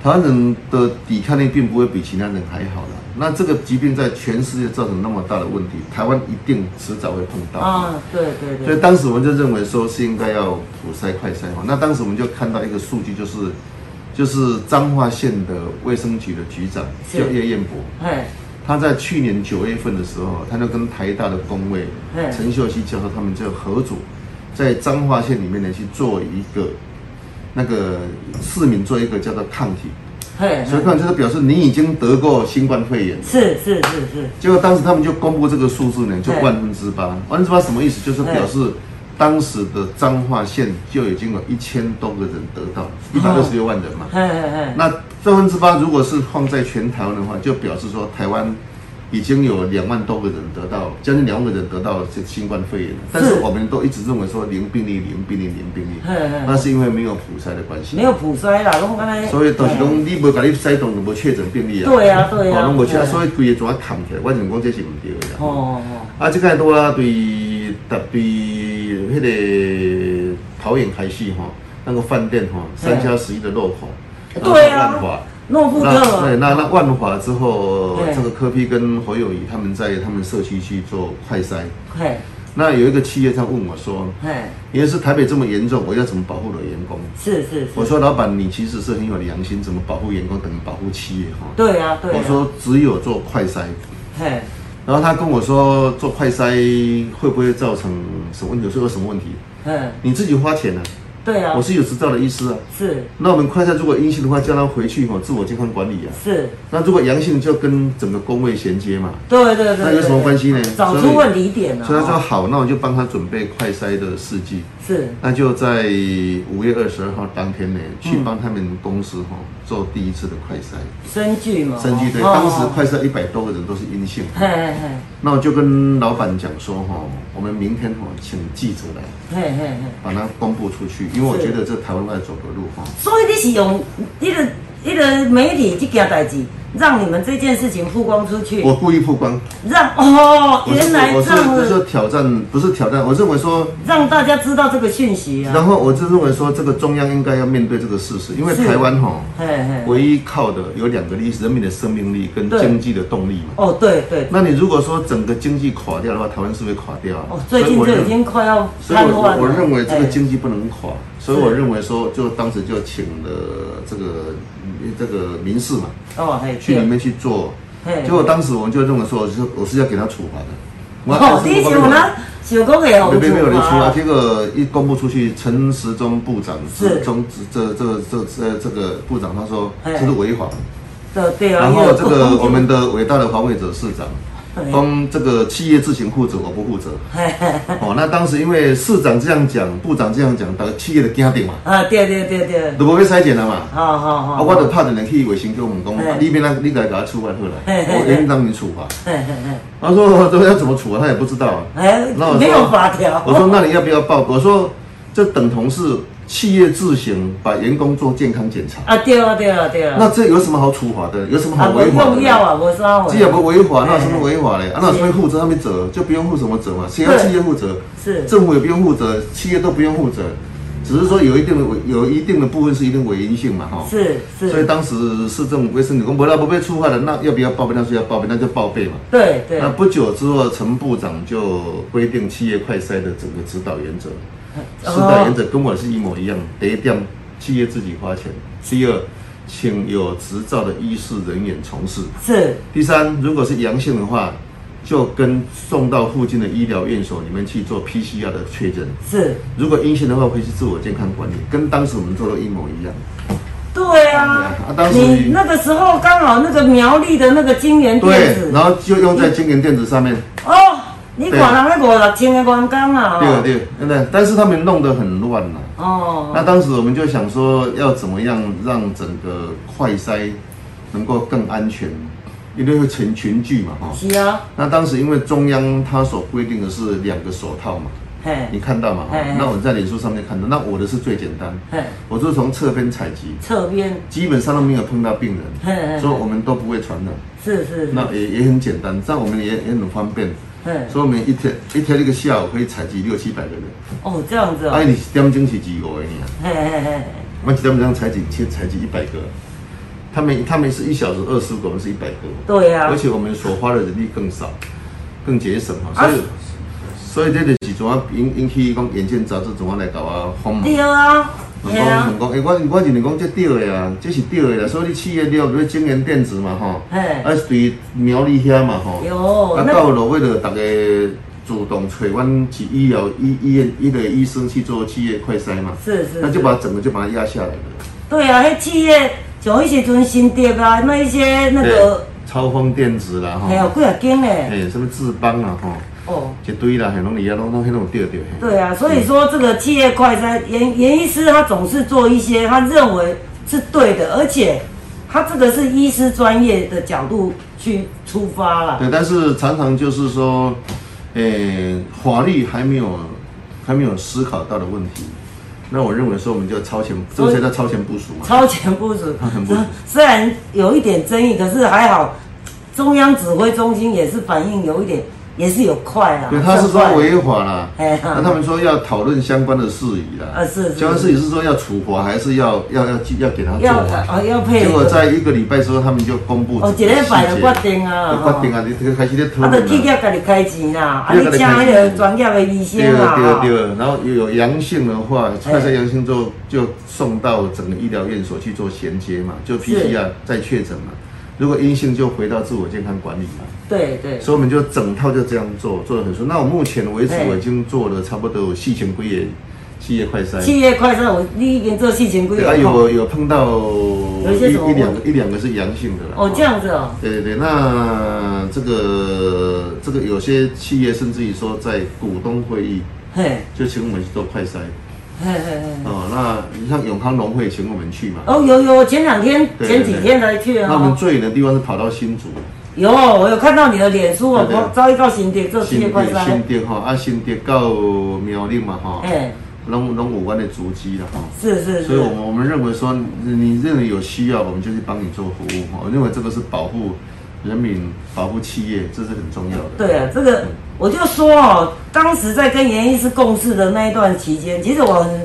B: 台湾人的抵抗力并不会比其他人还好啦。那这个疾病在全世界造成那么大的问题，台湾一定迟早会碰到。
A: 啊、对对
B: 所
A: 对，
B: 以当时我们就认为说是应该要普筛快筛嘛。那当时我们就看到一个数据，就是就是彰化县的卫生局的局长
A: 是
B: 叫叶彦博，
A: 哎，
B: 他在去年九月份的时候，他就跟台大的工位
A: 嗯
B: 陈秀熙教授他们就合组，在彰化县里面呢去做一个那个市民做一个叫做抗体，
A: 嘿，
B: 所以抗体就是表示你已经得过新冠肺炎了。
A: 是是是是，
B: 结果当时他们就公布这个数字呢，就
A: 对
B: 万分之八。万分之八什么意思？就是表示当时的彰化县就已经有一千多个人得到，一百二十六万人嘛。
A: 嘿嘿嘿，
B: 那万分之八如果是放在全台湾的话，就表示说台湾已经有两万多个人得到，将近两万个人得到这新冠肺炎了。但是我们都一直认为说零病例、零病例、零病例
A: 嘿嘿，
B: 那是因为没有普筛的关系。
A: 没有普筛啦，我刚才
B: 所以就是讲，你无甲你筛动，就无确诊病例啊。
A: 对啊对啊
B: 哦拢无确
A: 对啊
B: 诊，所以规个怎啊扛起来？我认讲这是唔对的啊。
A: 哦哦
B: 啊，即个多啊，对特对迄个桃园开始吼，那个饭店吼，三加十一的漏口，
A: 哦，
B: 然后
A: 对
B: 万华
A: 啊。，诺富
B: 那对，
A: 特，
B: 那那万华之后
A: 对，
B: 这个柯 P 跟侯友谊他们在他们社区去做快筛。
A: 嘿，
B: 那有一个企业他问我说，
A: 嘿，
B: 因为是台北这么严重，我要怎么保护我的员工？
A: 是是
B: 我
A: 是，
B: 说老板，你其实是很有良心，怎么保护员工等于保护企业哈？
A: 对啊对啊，
B: 我说只有做快筛，
A: 嘿，
B: 然后他跟我说做快筛会不会造成什么问题？我说有什么问题？
A: 嘿，
B: 你自己花钱呢、
A: 对啊
B: 我，是有执照的医师啊。
A: 是
B: 那我们快筛如果阴性的话，叫他回去哈自我健康管理啊。
A: 是，
B: 那如果阳性就跟整个工位衔接嘛。
A: 对对对，
B: 那有什么
A: 对
B: 关系呢
A: 找
B: 所
A: 出
B: 以
A: 问题点了，
B: 所以他说
A: 哦
B: 好，那我就帮他准备快筛的试剂。
A: 是，
B: 那就在五月二十二号当天呢，去帮他们公司哈
A: 嗯
B: 做第一次的快筛。
A: 生具嘛，
B: 三具对，
A: 哦
B: 当时快筛一百多个人都是阴性。
A: 嘿嘿嘿
B: 那我就跟老板讲说哈，我们明天哈请记者来
A: 嘿嘿嘿，
B: 把它公布出去，因为我觉得这台湾在走的路哈。
A: 所以你是用一个一个媒体这件代志，让你们这件事情曝光出去，
B: 我故意曝光，
A: 让哦，
B: 我
A: 原
B: 是
A: 来
B: 我
A: 这样
B: 是
A: 子
B: 是说挑战，不是挑战，我认为说，
A: 让大家知道这个讯息啊，
B: 然后我就认为说，这个中央应该要面对这个事实，因为
A: 是
B: 台湾哈
A: 嘿嘿，
B: 唯一靠的有两个力，人民的生命力跟
A: 对
B: 经济的动力嘛。
A: 哦对对，
B: 那你如果说整个经济垮掉的话，台湾是会垮掉啊。
A: 哦最近
B: 所以我
A: 就
B: 认
A: 已经快要
B: 所以
A: 瘫痪
B: 我
A: 了，
B: 我认为这
A: 哎
B: 个经济不能垮，所以
A: 是
B: 我认为说，就当时就请了这个这个民事嘛，
A: 哦嘿
B: 去里
A: 对
B: 面去做。
A: 嘿
B: 结果当时我们就认为说，我是我是要给他处罚的。
A: 哦，你想呢？想讲会红
B: 没没没有人
A: 处
B: 出啊！
A: 罚，
B: 结果一公布出去，陈时中部长
A: 是
B: 中这这这这这个部长他说
A: 嘿
B: 这是违法，
A: 哎对对啊，
B: 然
A: 因为
B: 后这个我们的伟大的防卫者市长光这个企业自行负责，我不 负责。哦，那当时因为市长这样讲，部长这样讲，大家企业的惊定嘛，
A: 啊，对对对对，
B: 都无要筛检了嘛。
A: 好好
B: 啊，
A: 好，
B: 我就拍电话去卫生局问讲，
A: 哦嘿
B: 啊你边那你来给他处罚好了，
A: 嘿嘿
B: 我
A: 嘿
B: 应当你处罚。
A: 嘿嘿嘿
B: 他说这个要怎么处罚，他也不知道啊。
A: 哎，
B: 那我说
A: 没有法条，
B: 我说那你要不要报？我说这等同是企业自行把员工做健康检查，
A: 啊，对啊对啊对啊，
B: 那这有什么好处罚的？有什么
A: 啊，
B: 好
A: 我
B: 违法的
A: 用？药啊，我说我
B: 既然不违法，那有什么
A: 哎
B: 违法嘞？啊，那有什么负责？他们责就不用负什么责嘛，谁要
A: 对
B: 企业负责？
A: 是
B: 政府也不用负责，企业都不用负责，只是说有一定的违，有一定的部分是一定违因性嘛，哈。
A: 是
B: 所以
A: 是，
B: 当时市政府卫生局公不那不被处罚了，那要不要报备？那是要报备，那就报备嘛。
A: 对对
B: 那，不久之后，陈部长就规定企业快筛的整个指导原则，
A: 呃
B: 指导原则跟我是一模一样。第一点，企业自己花钱；第二，请有执照的医师人员从事；
A: 是
B: 第三，如果是阳性的话，就跟送到附近的医疗院所里面去做 PCR 的确认；
A: 是，
B: 如果阴性的话，回去自我健康管理，跟当时我们做的一模一样。
A: 对啊
B: 啊当，时
A: 你那个时候刚好那个苗栗的那个金源电
B: 对，
A: 子，
B: 然后就用在金源电子上面。
A: 哦，你管了那个六千的关工啊，
B: 对对，真的，但是他们弄得很乱了、
A: 哦，
B: 那当时我们就想说，要怎么样让整个快筛能够更安全，因为会成群聚嘛，哈、
A: 是啊，
B: 那当时因为中央它所规定的是两个手套嘛，
A: 嘿
B: 你，看到嘛，哈、
A: 哎哎
B: 那我在脸书上面看到，那我的是最简单，
A: 嘿，
B: 我就从侧边采集，
A: 侧边，
B: 基本上都没有碰到病
A: 哎哎
B: 人，
A: 哎
B: 所以我们都不会传染。
A: 是是是，
B: 那也也很简单，这样我们也也很方便。
A: 嘿，
B: 所以我们一天一天一个下午可以采集六七百个人，
A: 哦，这样子
B: 哎、
A: 哦，
B: 你一点钟是几个而已啊？
A: 嘿嘿嘿，
B: 我们基本上采集切采集一百个，他们他们是一小时二十五个，我们是一百个，
A: 对啊
B: 而，且我们所花的人力更少，更节省嘛，
A: 啊
B: 所以、所以这就是怎啊引引起讲眼见杂志怎啊来搞啊慌忙。
A: 对啊，
B: 我
A: 嘿
B: 讲
A: 啊，
B: 想讲，诶、我我认为讲这对的啊，这是对的啦，所以你企业了，比如晶源电子嘛吼，
A: 嘿
B: 啊是对苗栗遐嘛吼，
A: 有
B: 啊
A: 那
B: 到落尾就大家主动找阮去医疗医医院医疗医生去做企业快筛嘛，
A: 是是，
B: 那就是把整个就把它压下来了。
A: 对啊，迄企业像迄时阵新店啊，那一些那
B: 对
A: 个，
B: 超风电子啦，
A: 还有
B: 吼，
A: 几啊间嘞，
B: 哎，什么志邦啦，吼，
A: 哦。
B: 一堆啦，很容易啊，拢拢迄种钓钓。嘿
A: 对啊，所以说这个企业快餐，严严医师他总是做一些他认为是对的，而且他这个是医师专业的角度去出发了。
B: 对，但是常常就是说，诶，法律还没有还没有思考到的问题，那我认为说我们就要超前，这个才叫超前部署嘛。
A: 超前部署
B: 超前部署，
A: 虽然有一点争议，可是还好，中央指挥中心也是反应有一点，也是有快啊。
B: 对，他是
A: 算
B: 说
A: 快
B: 违法啦，
A: 哎呀
B: 那他们说要讨论相关的事宜啦，
A: 啊是是
B: 相关事宜是说要处罚，还是要要要要给他做
A: 要
B: 啊？
A: 哦要配
B: 结
A: 合
B: 果，在一个礼拜之后，他们就公布
A: 哦
B: 整
A: 一
B: 个
A: 个礼拜就
B: 细
A: 决定啊
B: 就决定啊，你这个开始在讨
A: 啊，
B: 论
A: 就企
B: 啦。
A: 业家己开钱啦，啊，
B: 你
A: 你
B: 自
A: 请
B: 己开
A: 迄
B: 钱
A: 个专业的医生啊
B: 对
A: 啦，
B: 对
A: 哈
B: 对，然后又有阳性的话，快筛
A: 哎
B: 阳性之后就送到整个医疗院所去做衔接嘛，就是 PCR 再确诊嘛。如果阴性就回到自我健康管理嘛。
A: 对对，
B: 所以我们就整套就这样做，做得很顺。那我目前为止
A: 哎
B: 我已经做了差不多有四千归也企业快筛，
A: 企业快餐我你已经做事情规
B: 对啊
A: 划
B: 有有碰到
A: 有一些
B: 一
A: 什么
B: 一两个一两个是阳性的了。
A: 哦，这样子哦，
B: 对对对，那这个这个有些企业甚至于说在股东会议
A: 嘿，
B: 就请我们去做快筛
A: 嘿嘿嘿，
B: 哦，那你像永康农会请我们去嘛，
A: 哦，有有，我前两天
B: 对
A: 前几天才去啊
B: 那我们，最远的地方是跑到新竹，
A: 有我有看到你的脸书，
B: 对对
A: 我招一到新店做企业
B: 新
A: 快
B: 店
A: 餐
B: 新，店哈，啊新店到苗栗嘛哈，
A: 哎，
B: 拢拢有阮的足迹啦哈。
A: 是是
B: 所
A: 是
B: 以，我，们我们认为说，你你认为有需要，我们就去帮你做服务哈。我认为这个是保护人民、保护企业，这是很重要的。
A: 对啊，这
B: 嗯
A: 个我就说哦，当时在跟严医师共事的那一段期间，其实我很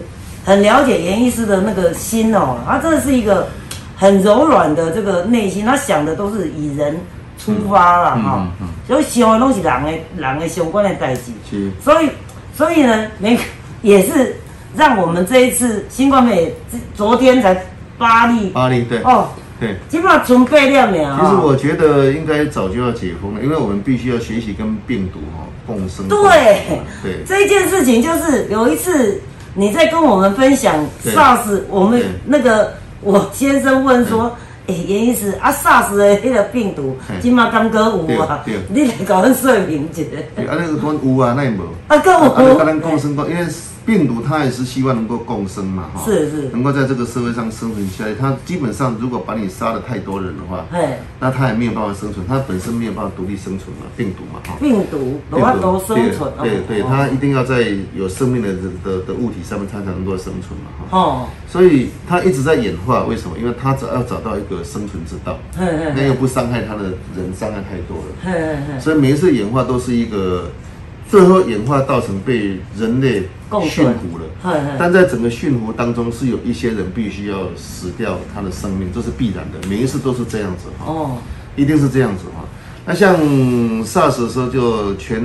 A: 很了解严医师的那个心哦，他真的是一个很柔软的这个内心，他想的都是以人出发了哈
B: 嗯嗯嗯，
A: 所以想的都是人的人的相关的代志。
B: 是，
A: 所以，所以呢，每个也是让我们这一次新冠肺炎，这昨天才八例
B: 巴啊黎对
A: 哦，
B: 对。
A: 基本上准备了没有？
B: 其实我觉得应该早就要解封了，因为我们必须要学习跟病毒哈共生
A: 对
B: 共存嘛。对
A: 这件事情，就是有一次你在跟我们分享
B: 对
A: SARS，我们
B: 对嗯
A: 那个我先生问说，诶，原因是啊，SARS 的迄个病毒，
B: 嘿
A: 即嘛感觉有啊
B: 对对，
A: 你来甲阮说明一下。
B: 对啊，那个讲有啊，那也无。
A: 啊更有
B: 啊，那跟咱共生共，因为病毒它也是希望能够共生嘛，哈。
A: 是是
B: 能够在这个社会上生存下来，它基本上如果把你杀了太多人的话，
A: 嘿，
B: 那它也没有办法生存，它本身没有办法独立生存嘛，病毒嘛，哈。
A: 病毒
B: 对
A: 无法度生存哦。
B: 对对，
A: 哦
B: 它一定要在有生命的的的物体上面，它才能够生存嘛，哈。
A: 哦，
B: 所以它一直在演化，为什么？因为它只要找到一个生存之道，
A: 哦嘿嘿
B: 那又不伤害它的人，伤害太多了。
A: 嘿嘿嘿，
B: 所以每一次演化都是一个，最后演化造成被人类
A: 共
B: 驯
A: 存
B: 服了。
A: 嘿嘿，
B: 但在整个驯服当中，是有一些人必须要死掉他的生命，这是必然的。每一次都是这样子哈，
A: 哦，
B: 一定是这样子哈。那像 SARS 的时候，就全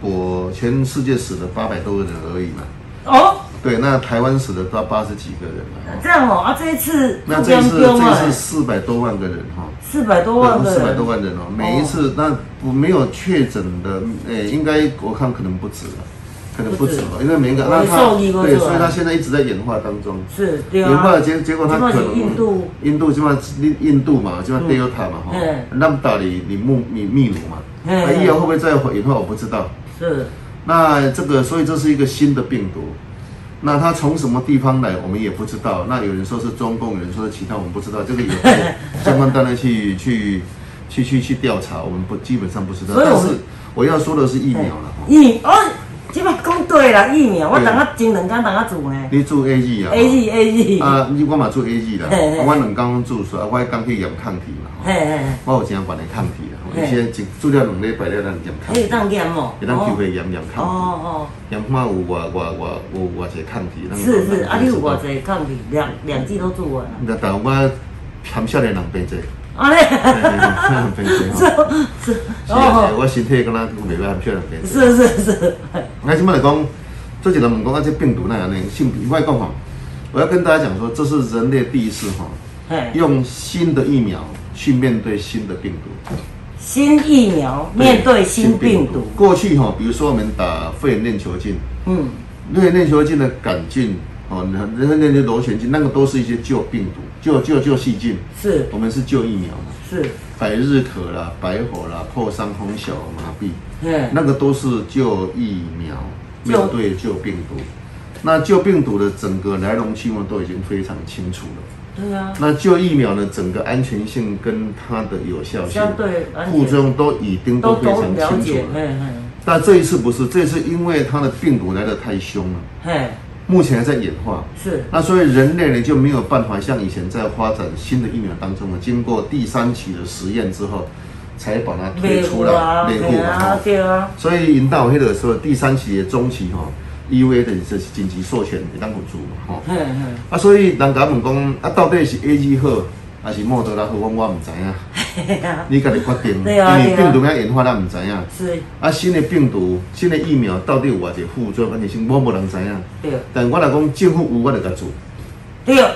B: 国全世界死了八百多个人而已嘛。
A: 哦，
B: 对，那台湾死了到八十几个人了哈。
A: 这样哦，啊，这一次中
B: 那
A: 啊
B: 这
A: 央
B: 次
A: 丢嘛
B: 这次四百多万个人哈。
A: 四百多万个人，
B: 四百多万人哦，每一次那不没有确诊的，诶、应该我看可能不止了，可能不止了，因为每一个
A: 我
B: 那
A: 也
B: 它
A: 受益过
B: 对，
A: 这个
B: 所以它现在一直在演化当中，
A: 是对
B: 演化
A: 啊
B: 的，结结果它
A: 这嘛
B: 可
A: 是
B: 能
A: 印度
B: 印度基本上印印度嘛，基本上 Delta 嘛哈
A: 嗯，
B: 那么到里里秘秘秘鲁嘛，
A: 嗯
B: 那以后会不会再演化我不知道。
A: 是
B: 那这个所以这是一个新的病毒。那它从什么地方来，我们也不知道。那有人说是中共，有人说是其他，我们不知道。这个有相关单位去去去去去调查，我们不基本上不知道。
A: 所以
B: 但
A: 我们
B: 是我要说的是疫苗了哈，
A: 疫哦，即摆讲对啦，疫苗我
B: 对
A: 等下前两天等下做呢
B: 你做 A G 啊
A: A E G A G，
B: 啊，你我嘛做 A G 啦，
A: 嘿嘿
B: 啊我两工做出来，我刚去验抗体嘛，
A: 嘿嘿，
B: 我有真办的抗体啦，
A: 嘿
B: 有些一做了两礼拜了，咱验
A: 嘿，
B: 抗体
A: 有，当验哦，
B: 会咱机会验验
A: 哦
B: 抗体，
A: 哦
B: 验看有我我我有我一个抗体。
A: 哦，
B: 咱
A: 是是，
B: 咱
A: 啊，你有
B: 知道
A: 偌济抗体，两两剂都做完了，
B: 那但我含少年人 病济，
A: 啊嘞，
B: 人病济 吼。
A: 是是
B: 是啊，是啊
A: 哦，
B: 我身体敢若袂歹，含少年病济。
A: 是是是，
B: 那现在来讲，最简单我们讲啊，这病毒那样呢，性病，我来讲吼，我要跟大家讲说，这是人类第一次哈，
A: 嘿，
B: 用新的疫苗去面对新的病毒，
A: 新疫苗面对新病毒，
B: 过去哈，比如说我们打肺炎链球菌，
A: 嗯，
B: 肺炎链球菌的杆菌哦，那那那些螺旋菌，那个都是一些旧病毒、旧旧旧细菌，
A: 是
B: 我们是旧疫苗嘛。
A: 是，
B: 百日咳啦、白火啦、破伤风、小儿麻痹，
A: 嘿，
B: 那个都是旧疫苗
A: 旧
B: 面对旧病毒。那旧病毒的整个来龙去脉都已经非常清楚了。
A: 对啊，
B: 那旧疫苗呢，整个安全性跟它的有效性
A: 相、对安
B: 副
A: 全
B: 作用都已经
A: 都
B: 都非
A: 都
B: 常
A: 了
B: 清楚啊
A: 解，
B: 了。
A: 嘿嘿
B: 那这一次不是，这一次因为它的病毒来得太凶了，
A: 嘿，
B: 目前还在演化。
A: 是
B: 那所以人类呢就没有办法像以前在发展新的疫苗当中呢，经过第三期的实验之后，才把它推出
A: 有啊，
B: 来内
A: 对
B: 部嘛
A: 啊，
B: 哈。
A: 对啊。
B: 所以引导黑的时候，第三期的中期哈，EUA 的这是紧急授权给当辅助嘛哈。
A: 嘿嘿，
B: 啊，所以人家问讲啊，到底是 A G 好还是莫德拉好，我我唔知影，你家己决定，
A: 对啊
B: 因为
A: 对啊
B: 病毒要研发咱唔知影。
A: 是，
B: 啊，新的病毒、新的疫苗到底有偌济副作用，反正是我无人知影。
A: 对
B: 但我来讲，政府有我就甲做，
A: 对，
B: 有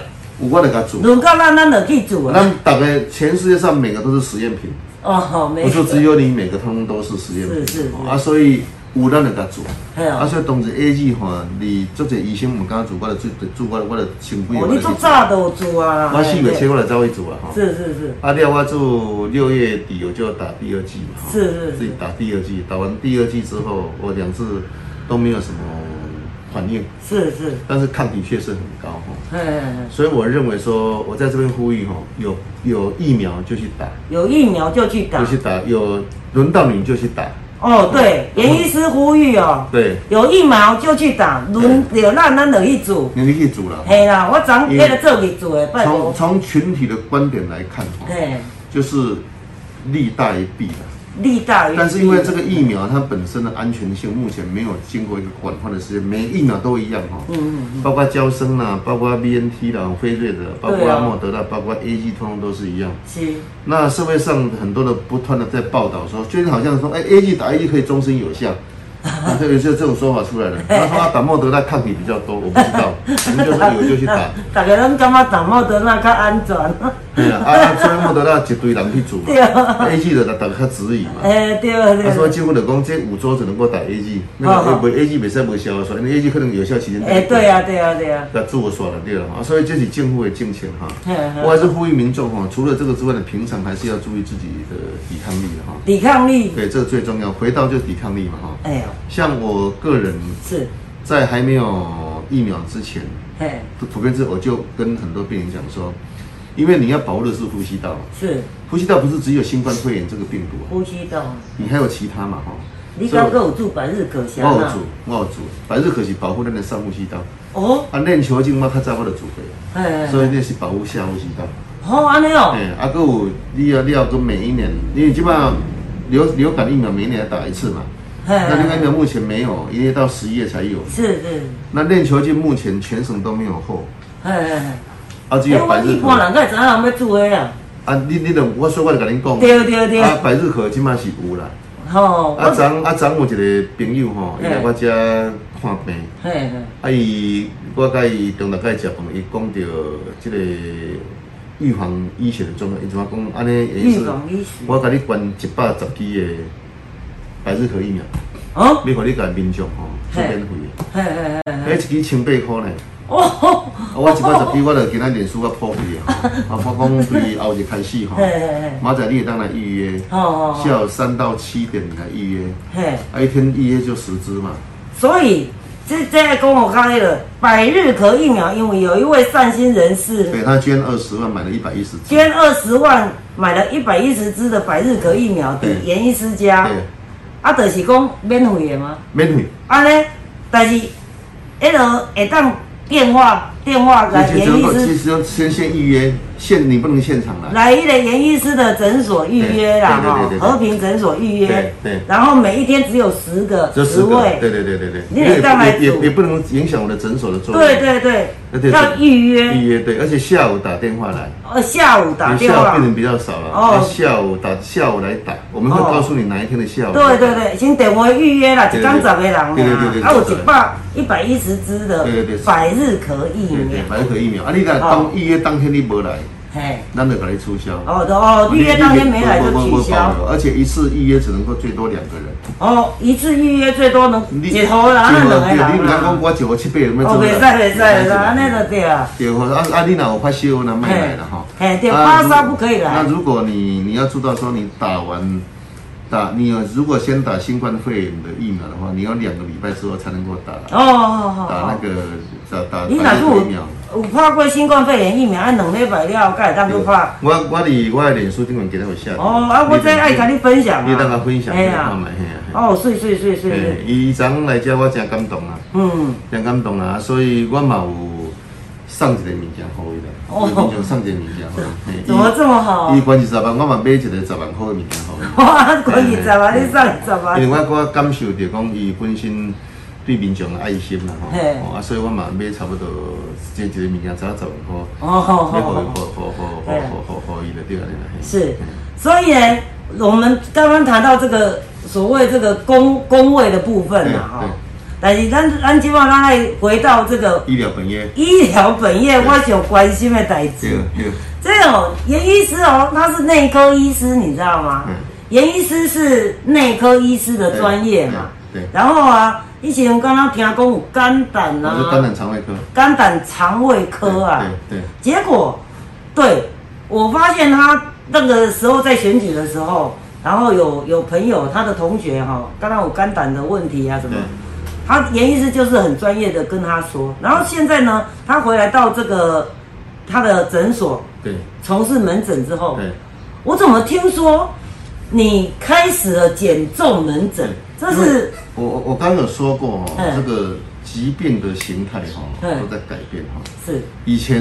B: 我就甲做。
A: 轮到咱咱就去做啊。
B: 那大概全世界上每个都是实验品，
A: 哦，好，没
B: 不是
A: 错，
B: 只有你每个通通都是实验品。
A: 是是是
B: 啊，所以有咱就甲做。
A: 嘿
B: 啊，
A: 哦，
B: 所以当时 A G 吼，你做者医生毋敢做，我就做做我我就先规
A: 哦，你足早都有做啊啦。
B: 我四月
A: 嘿
B: 初我就走去做啊吼。
A: 是是是，
B: 啊，了我做六月底我就打第二剂嘛，吼
A: 是是是
B: 自己打第二剂，打完第二剂之后，我两次都没有什么反应，
A: 是是，
B: 但是抗体确实很高哈。吼
A: 嘿嘿嘿，
B: 所以我认为说，我在这边呼吁吼，有有疫苗就去打，
A: 有疫苗就去打
B: 就。去打，有轮到你就去打，
A: 哦，对，严医师呼吁哦，
B: 对，
A: 有疫苗就去打，轮到咱咱就去做。
B: 你可以煮了。
A: 嘿啦，我昨迄个做去做的，拜
B: 从
A: 托。
B: 从群体的观点来看哈，
A: 嘿，
B: 就是利大于弊的。
A: 利大于弊。
B: 但是因为这个疫苗它本身的安全性，目前没有经过一个广泛的实验，每疫苗都一样哈、
A: 嗯
B: 包括交生啦，包括 B N T 啦、辉瑞的，包
A: 对啊
B: 括莫德啦，包括 A G，通通都是一样。
A: 是，
B: 那社会上很多的不断的在报道说，最近好像说，哎，A G 打 A G 可以终身有效， 啊，这有些这种说法出 来了。他说他啊打莫德拉抗体 比较多，我不知道，我们就说有就去打。
A: 大家拢感觉感冒得那较安全。
B: 对啊，啊，所以莫得那一堆人去做嘛
A: 对
B: ，A G 就大家较质疑嘛。
A: 哎，对对
B: 啊，所以
A: 对，
B: 政府就讲这五周只能够打 A G，那个
A: 哦
B: 会 A G 袂使无效出来，因为 A G 可能有效期间
A: 哎，对啊，对啊，对啊，
B: 那自我耍了对了啊，所以这是政府的政策哈
A: 嗯嗯。
B: 我还是呼吁民众哈，除了这个之外呢，平常还是要注意自己的抵抗力哈。
A: 抵抗力，
B: 对，这最重要。回到就抵抗力嘛哈。
A: 哎呦，
B: 像我个人
A: 是，
B: 在还没有疫苗之前，
A: 哎，
B: 普遍是我就跟很多病人讲说，因为你要保护的是呼吸道，
A: 是
B: 呼吸道不是只有新冠肺炎这个病毒啊，
A: 呼吸道，
B: 你还有其他嘛哈。
A: 你刚刚有住百日可
B: 我
A: 想
B: 有
A: 啊
B: 做，，我有做，反正可是保护咱的上呼吸道。
A: 哦，
B: 啊，练球经我较早我就做过，
A: 哎，
B: 所以那是保护下呼吸道。
A: 好安尼哦，
B: 哎，啊，搁有你要你要跟每一年，因为基本上流流感疫苗每一年要打一次嘛。那流感疫
A: 哎，
B: 苗目前没有，因为到十一月才有。
A: 是是，
B: 那链球菌目前全省都没有货，
A: 哎哎，哎
B: 啊，只
A: 哎，
B: 有
A: 我
B: 百日
A: 一
B: 咳
A: 般。人该知影人要住的啦，
B: 啊，你你等我说我就跟你讲，
A: 对对对
B: 啊，百日咳即嘛是有啦。
A: 吼，
B: 啊，
A: 我，
B: 昨啊昨有一个朋友吼，伊来我遮看病，
A: 嘿嘿，
B: 啊伊我甲伊中昼甲伊食饭，伊讲到即个预防医学的重要，伊怎啊讲安尼？意
A: 预
B: 思
A: 防医学，
B: 我甲你捐一百十支的百日咳疫苗，
A: 哦，
B: 要互你甲民众吼做免费
A: 嘿嘿嘿，
B: 的，迄一支千八箍呢。
A: 哦，
B: 啊，我一百十支，我著今仔脸书我破费 啊！啊，我讲对后日开始吼
A: 嘿嘿嘿，
B: 马仔你也当来预约，
A: 哦哦，
B: 下午三到七点你来预约，
A: 嘿。
B: 啊，一天预约就十支嘛。
A: 所以这这个跟我刚那个百日咳疫苗，因为有一位善心人士
B: 对他捐二十万，买了一百一十支。
A: 捐二十万买了一百一十支的百日咳疫苗给
B: 对
A: 严医师家，
B: 对，
A: 啊，就是讲免费的吗？
B: 免费。
A: 啊呢，但是迄个会当电话电话来
B: 其实
A: 严医
B: 其
A: 师
B: 实要先先预约，现你不能现场来。
A: 来一个严医师的诊所预约啦
B: 对对
A: 哈
B: 对对，对
A: 和平诊所预约
B: 对对，
A: 然后每一天只有十个
B: 这
A: 十
B: 十个，
A: 位，
B: 对对对对对，
A: 你也当来
B: 也也
A: 煮
B: 也不能影响我的诊所的作用。
A: 对对对
B: 对对对
A: 要预约，
B: 预约对，而且下午打电话来。
A: 哦下午打电
B: 下午
A: 话
B: 病。人比较少了，
A: 哦
B: 哦、下午打下午来打，我们会
A: 哦
B: 告诉你哪一天的下午。
A: 对对。对，先电话预约啦，一
B: 对
A: 天
B: 对
A: 十
B: 对
A: 个人啦
B: 对对对对，
A: 啊有
B: 对
A: 一
B: 对
A: 百一百一十支的
B: 对对对
A: 百日咳疫
B: 对
A: 苗
B: 对，，反正可以疫苗啊！你来
A: 哦
B: 当预约当天你没来，
A: 嘿，
B: 咱就给你取消。
A: 哦对哦，预约当天没来就取消，
B: 而且一次预约只能够最多两个人。
A: 哦，一次预约最多能
B: 你
A: 一号啦，咱
B: 对
A: 两个
B: 对你
A: 人
B: 唔通讲
A: 啦，
B: 我九号七八，有没有
A: 哦，
B: 做
A: 袂
B: 人
A: 使袂使啦，安尼就对啊，
B: 对，我说啊啊，你哪有发烧那没来了哈？
A: 嘿对
B: 啊
A: 发烧不可以来
B: 那如果你你要知道说你打完打你有如果先打新冠肺炎的疫苗的话，你要两个礼拜之后才能够打
A: 哦好好
B: 打那
A: 好，
B: 个打打
A: 你若
B: 打啊那
A: 是
B: 个
A: 有
B: 疫苗。
A: 有拍过新冠肺炎疫苗，按两礼拜了，才会当去拍。
B: 我我伫我的脸书顶面给他有下。
A: 哦，啊，我这爱甲你分享啊，
B: 你大家分享
A: 哎
B: 一
A: 呀
B: 下嘛，嘿啊。
A: 哦，水水水水
B: 嘿
A: 水，
B: 伊昨昏来遮，我真感动啊，
A: 嗯，
B: 真感动啊，所以我嘛有送一个物件互伊啦，
A: 哦
B: 我平常送一个物件互伊。
A: 怎么这么好
B: 伊？关系十万，我嘛买一个十万块的物件互伊。
A: 哇， 管二十万，你送二十万
B: 因为我我感受着讲伊本身对民众的爱心啦吼，
A: 嘿
B: 哦啊，所以我嘛买差不多这一个物件，只要十万块，
A: 哦，好
B: 要互
A: 好
B: 伊
A: 好
B: 互，互互
A: 对啊
B: 互互互伊就对了啦。嘿
A: 是。所以呢，我们刚刚谈到这个所谓这个工工位的部分嘛，
B: 对
A: 哈
B: 对。
A: 但是咱咱今晚咱来回到这个
B: 医疗本业，
A: 医疗本业，我想关心的代
B: 对
A: 志。
B: 对，
A: 这个哦严医师哦，他是内科医师，你知道吗
B: 嗯？
A: 严医师是内科医师的专业嘛。
B: 对对对
A: 然后啊，以前刚刚听讲有肝胆
B: 我是
A: 啊，
B: 肝胆肠胃科。
A: 肝胆肠胃科啊。
B: 对对
A: 结果，对我发现他那个时候在选举的时候，然后有有朋友他的同学哈、刚刚有肝胆的问题啊什么
B: 对，
A: 他严医师就是很专业的跟他说，然后现在呢，他回来到这个他的诊所
B: 对
A: 从事门诊之后，
B: 对
A: 我怎么听说你开始了减重门诊
B: 对，，
A: 这
B: 因为
A: 是
B: 我我我刚刚有说过
A: 嗯
B: 哦，这个疾病的形态哈
A: 嗯
B: 都在改变哈。
A: 是
B: 以前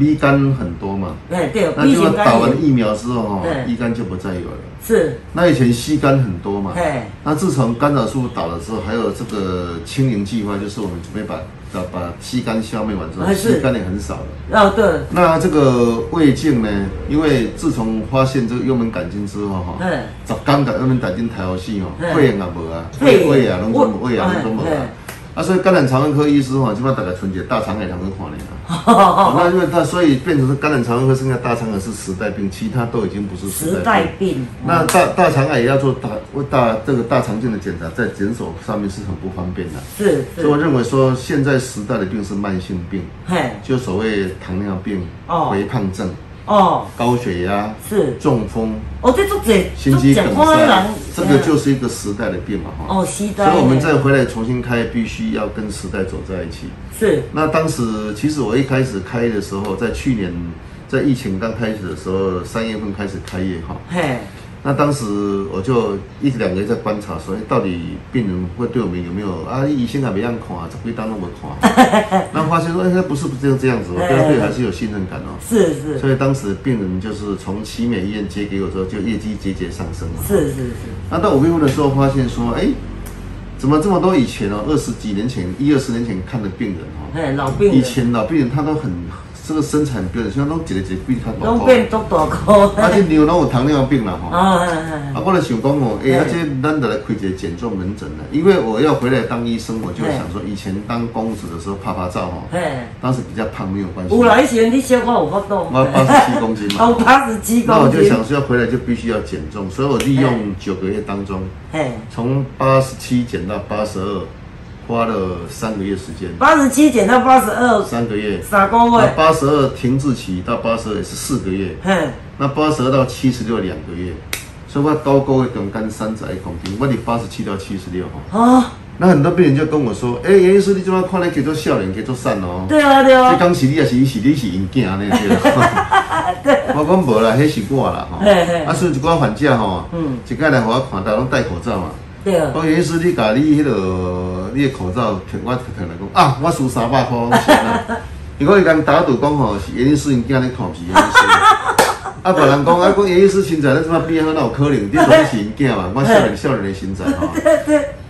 B: 乙肝很多嘛，
A: 哎对，
B: 那结
A: 乙
B: 果
A: 型
B: 打
A: 肝
B: 完
A: 炎
B: 疫苗之后哈，
A: 嗯
B: 乙肝就不再有了。
A: 是
B: 那以前吸肝很多嘛
A: 嘿，
B: 那自从干扰素打了之后，还有这个清零计划，就是我们准备把把把吸肝消灭完之后，
A: 哎是
B: 吸肝也很少了。
A: 哦对，
B: 那这个胃镜呢？因为自从发现这个幽门杆菌之后哈
A: 嗯，
B: 十天把幽门杆菌抬好死哦
A: 嗯，
B: 肺炎也无啊，
A: 肺炎
B: 胃啊拢都无，
A: 胃
B: 胃啊拢都无
A: 嗯
B: 啊
A: 嗯。
B: 啊，所以感染肠胃科医师吼，基本上大概春节大肠癌他们看的啦。哦那因为他所以变成是感染肠胃科剩下大肠癌是时代病，其他都已经不是时
A: 时
B: 代
A: 代
B: 病。
A: 病，
B: 那大大肠癌也要做大大这个大肠镜的检查，在诊所上面是很不方便的。
A: 是
B: 所以我
A: 是，
B: 认为说，现在时代的病是慢性病，
A: 嘿，
B: 就所谓糖尿病、
A: 哦
B: 肥胖症、
A: 哦，
B: 高血压、
A: 是，
B: 中风、
A: 哦，这足侪
B: 心肌梗塞，这个就是是一个时代的病嘛哈。
A: 哦，时
B: 所
A: 代，
B: 以我们再回来重新开，必须要跟时代走在一起。
A: 是
B: 那当时其实我一开始开的时候，在去年在疫情刚开始的时候，三月份开始开业哈。
A: 嘿，
B: 那当时我就一两个月在观察，说哎到底病人会对我们有没有啊？医生还没让看啊，怎么当那么 看？那发现说，哎，他不是不是这样子，我对他对还是有信任感哦。
A: 是是
B: 所以当时病人就是从奇美医院接给我之后，就业绩节节上升了。
A: 是是是，
B: 那到五月份的时候，发现说，哎，怎么这么多以前哦，二十几年前、一二十年前看的病人哦，
A: 嘿，老病
B: 以
A: 人
B: 前老病人他都很这个身材很标准，现在都一个一个比他高
A: 拢，变足大个，
B: 而且牛拢有糖尿病了哈。
A: 啊，嘿嘿
B: 啊，我来想讲哦，哎、
A: 嗯
B: 啊，这咱就来开一个减重门诊了，因为我要回来当医生，我就想说，以前当公子的时候拍拍照哦，
A: 嘿，
B: 当时比较胖没有关系，
A: 有
B: 我
A: 来时你小可有法度，
B: 八十七公斤
A: 哦，
B: 嘛，
A: 八十七
B: 那我
A: 公
B: 就
A: 斤，
B: 想说要回来就必须要减重，所以我利用
A: 嗯
B: 九个月当中，
A: 嘿，
B: 从八十七减到八十二，花了三个月时间，
A: 八十七减到八十二，
B: 三个月，
A: 三个
B: 那
A: 月，
B: 八十二停滞期到八十二也是四个月，
A: 嘿，
B: 那八十二到七十六两个月，所以我高高的中间三十一公斤，我得八十七到七十六哈。
A: 哦，那
B: 那很多病人就跟我说：“哎、严医师，你怎么看来叫做笑脸，叫做善哦？
A: 对啊对
B: 这
A: 啊，
B: 刚是你也是，你是你是因囝呢？对吧？ 我讲无啦，迄是我啦吼
A: 嘿嘿。嗯
B: 啊，所以一寡患者吼，一过来互我看到拢戴口罩嘛。哦
A: 对啊，
B: 讲严医师，你甲你迄、落你的口罩摕我摕来讲啊，我输三百箍，我钱 啦。如果伊讲打赌讲吼，是严医师因囝咧看是严医师。啊，别人讲啊，讲严医师身材咧，怎么变好那有可能？你总是因 囝嘛，我笑脸笑脸的身材吼。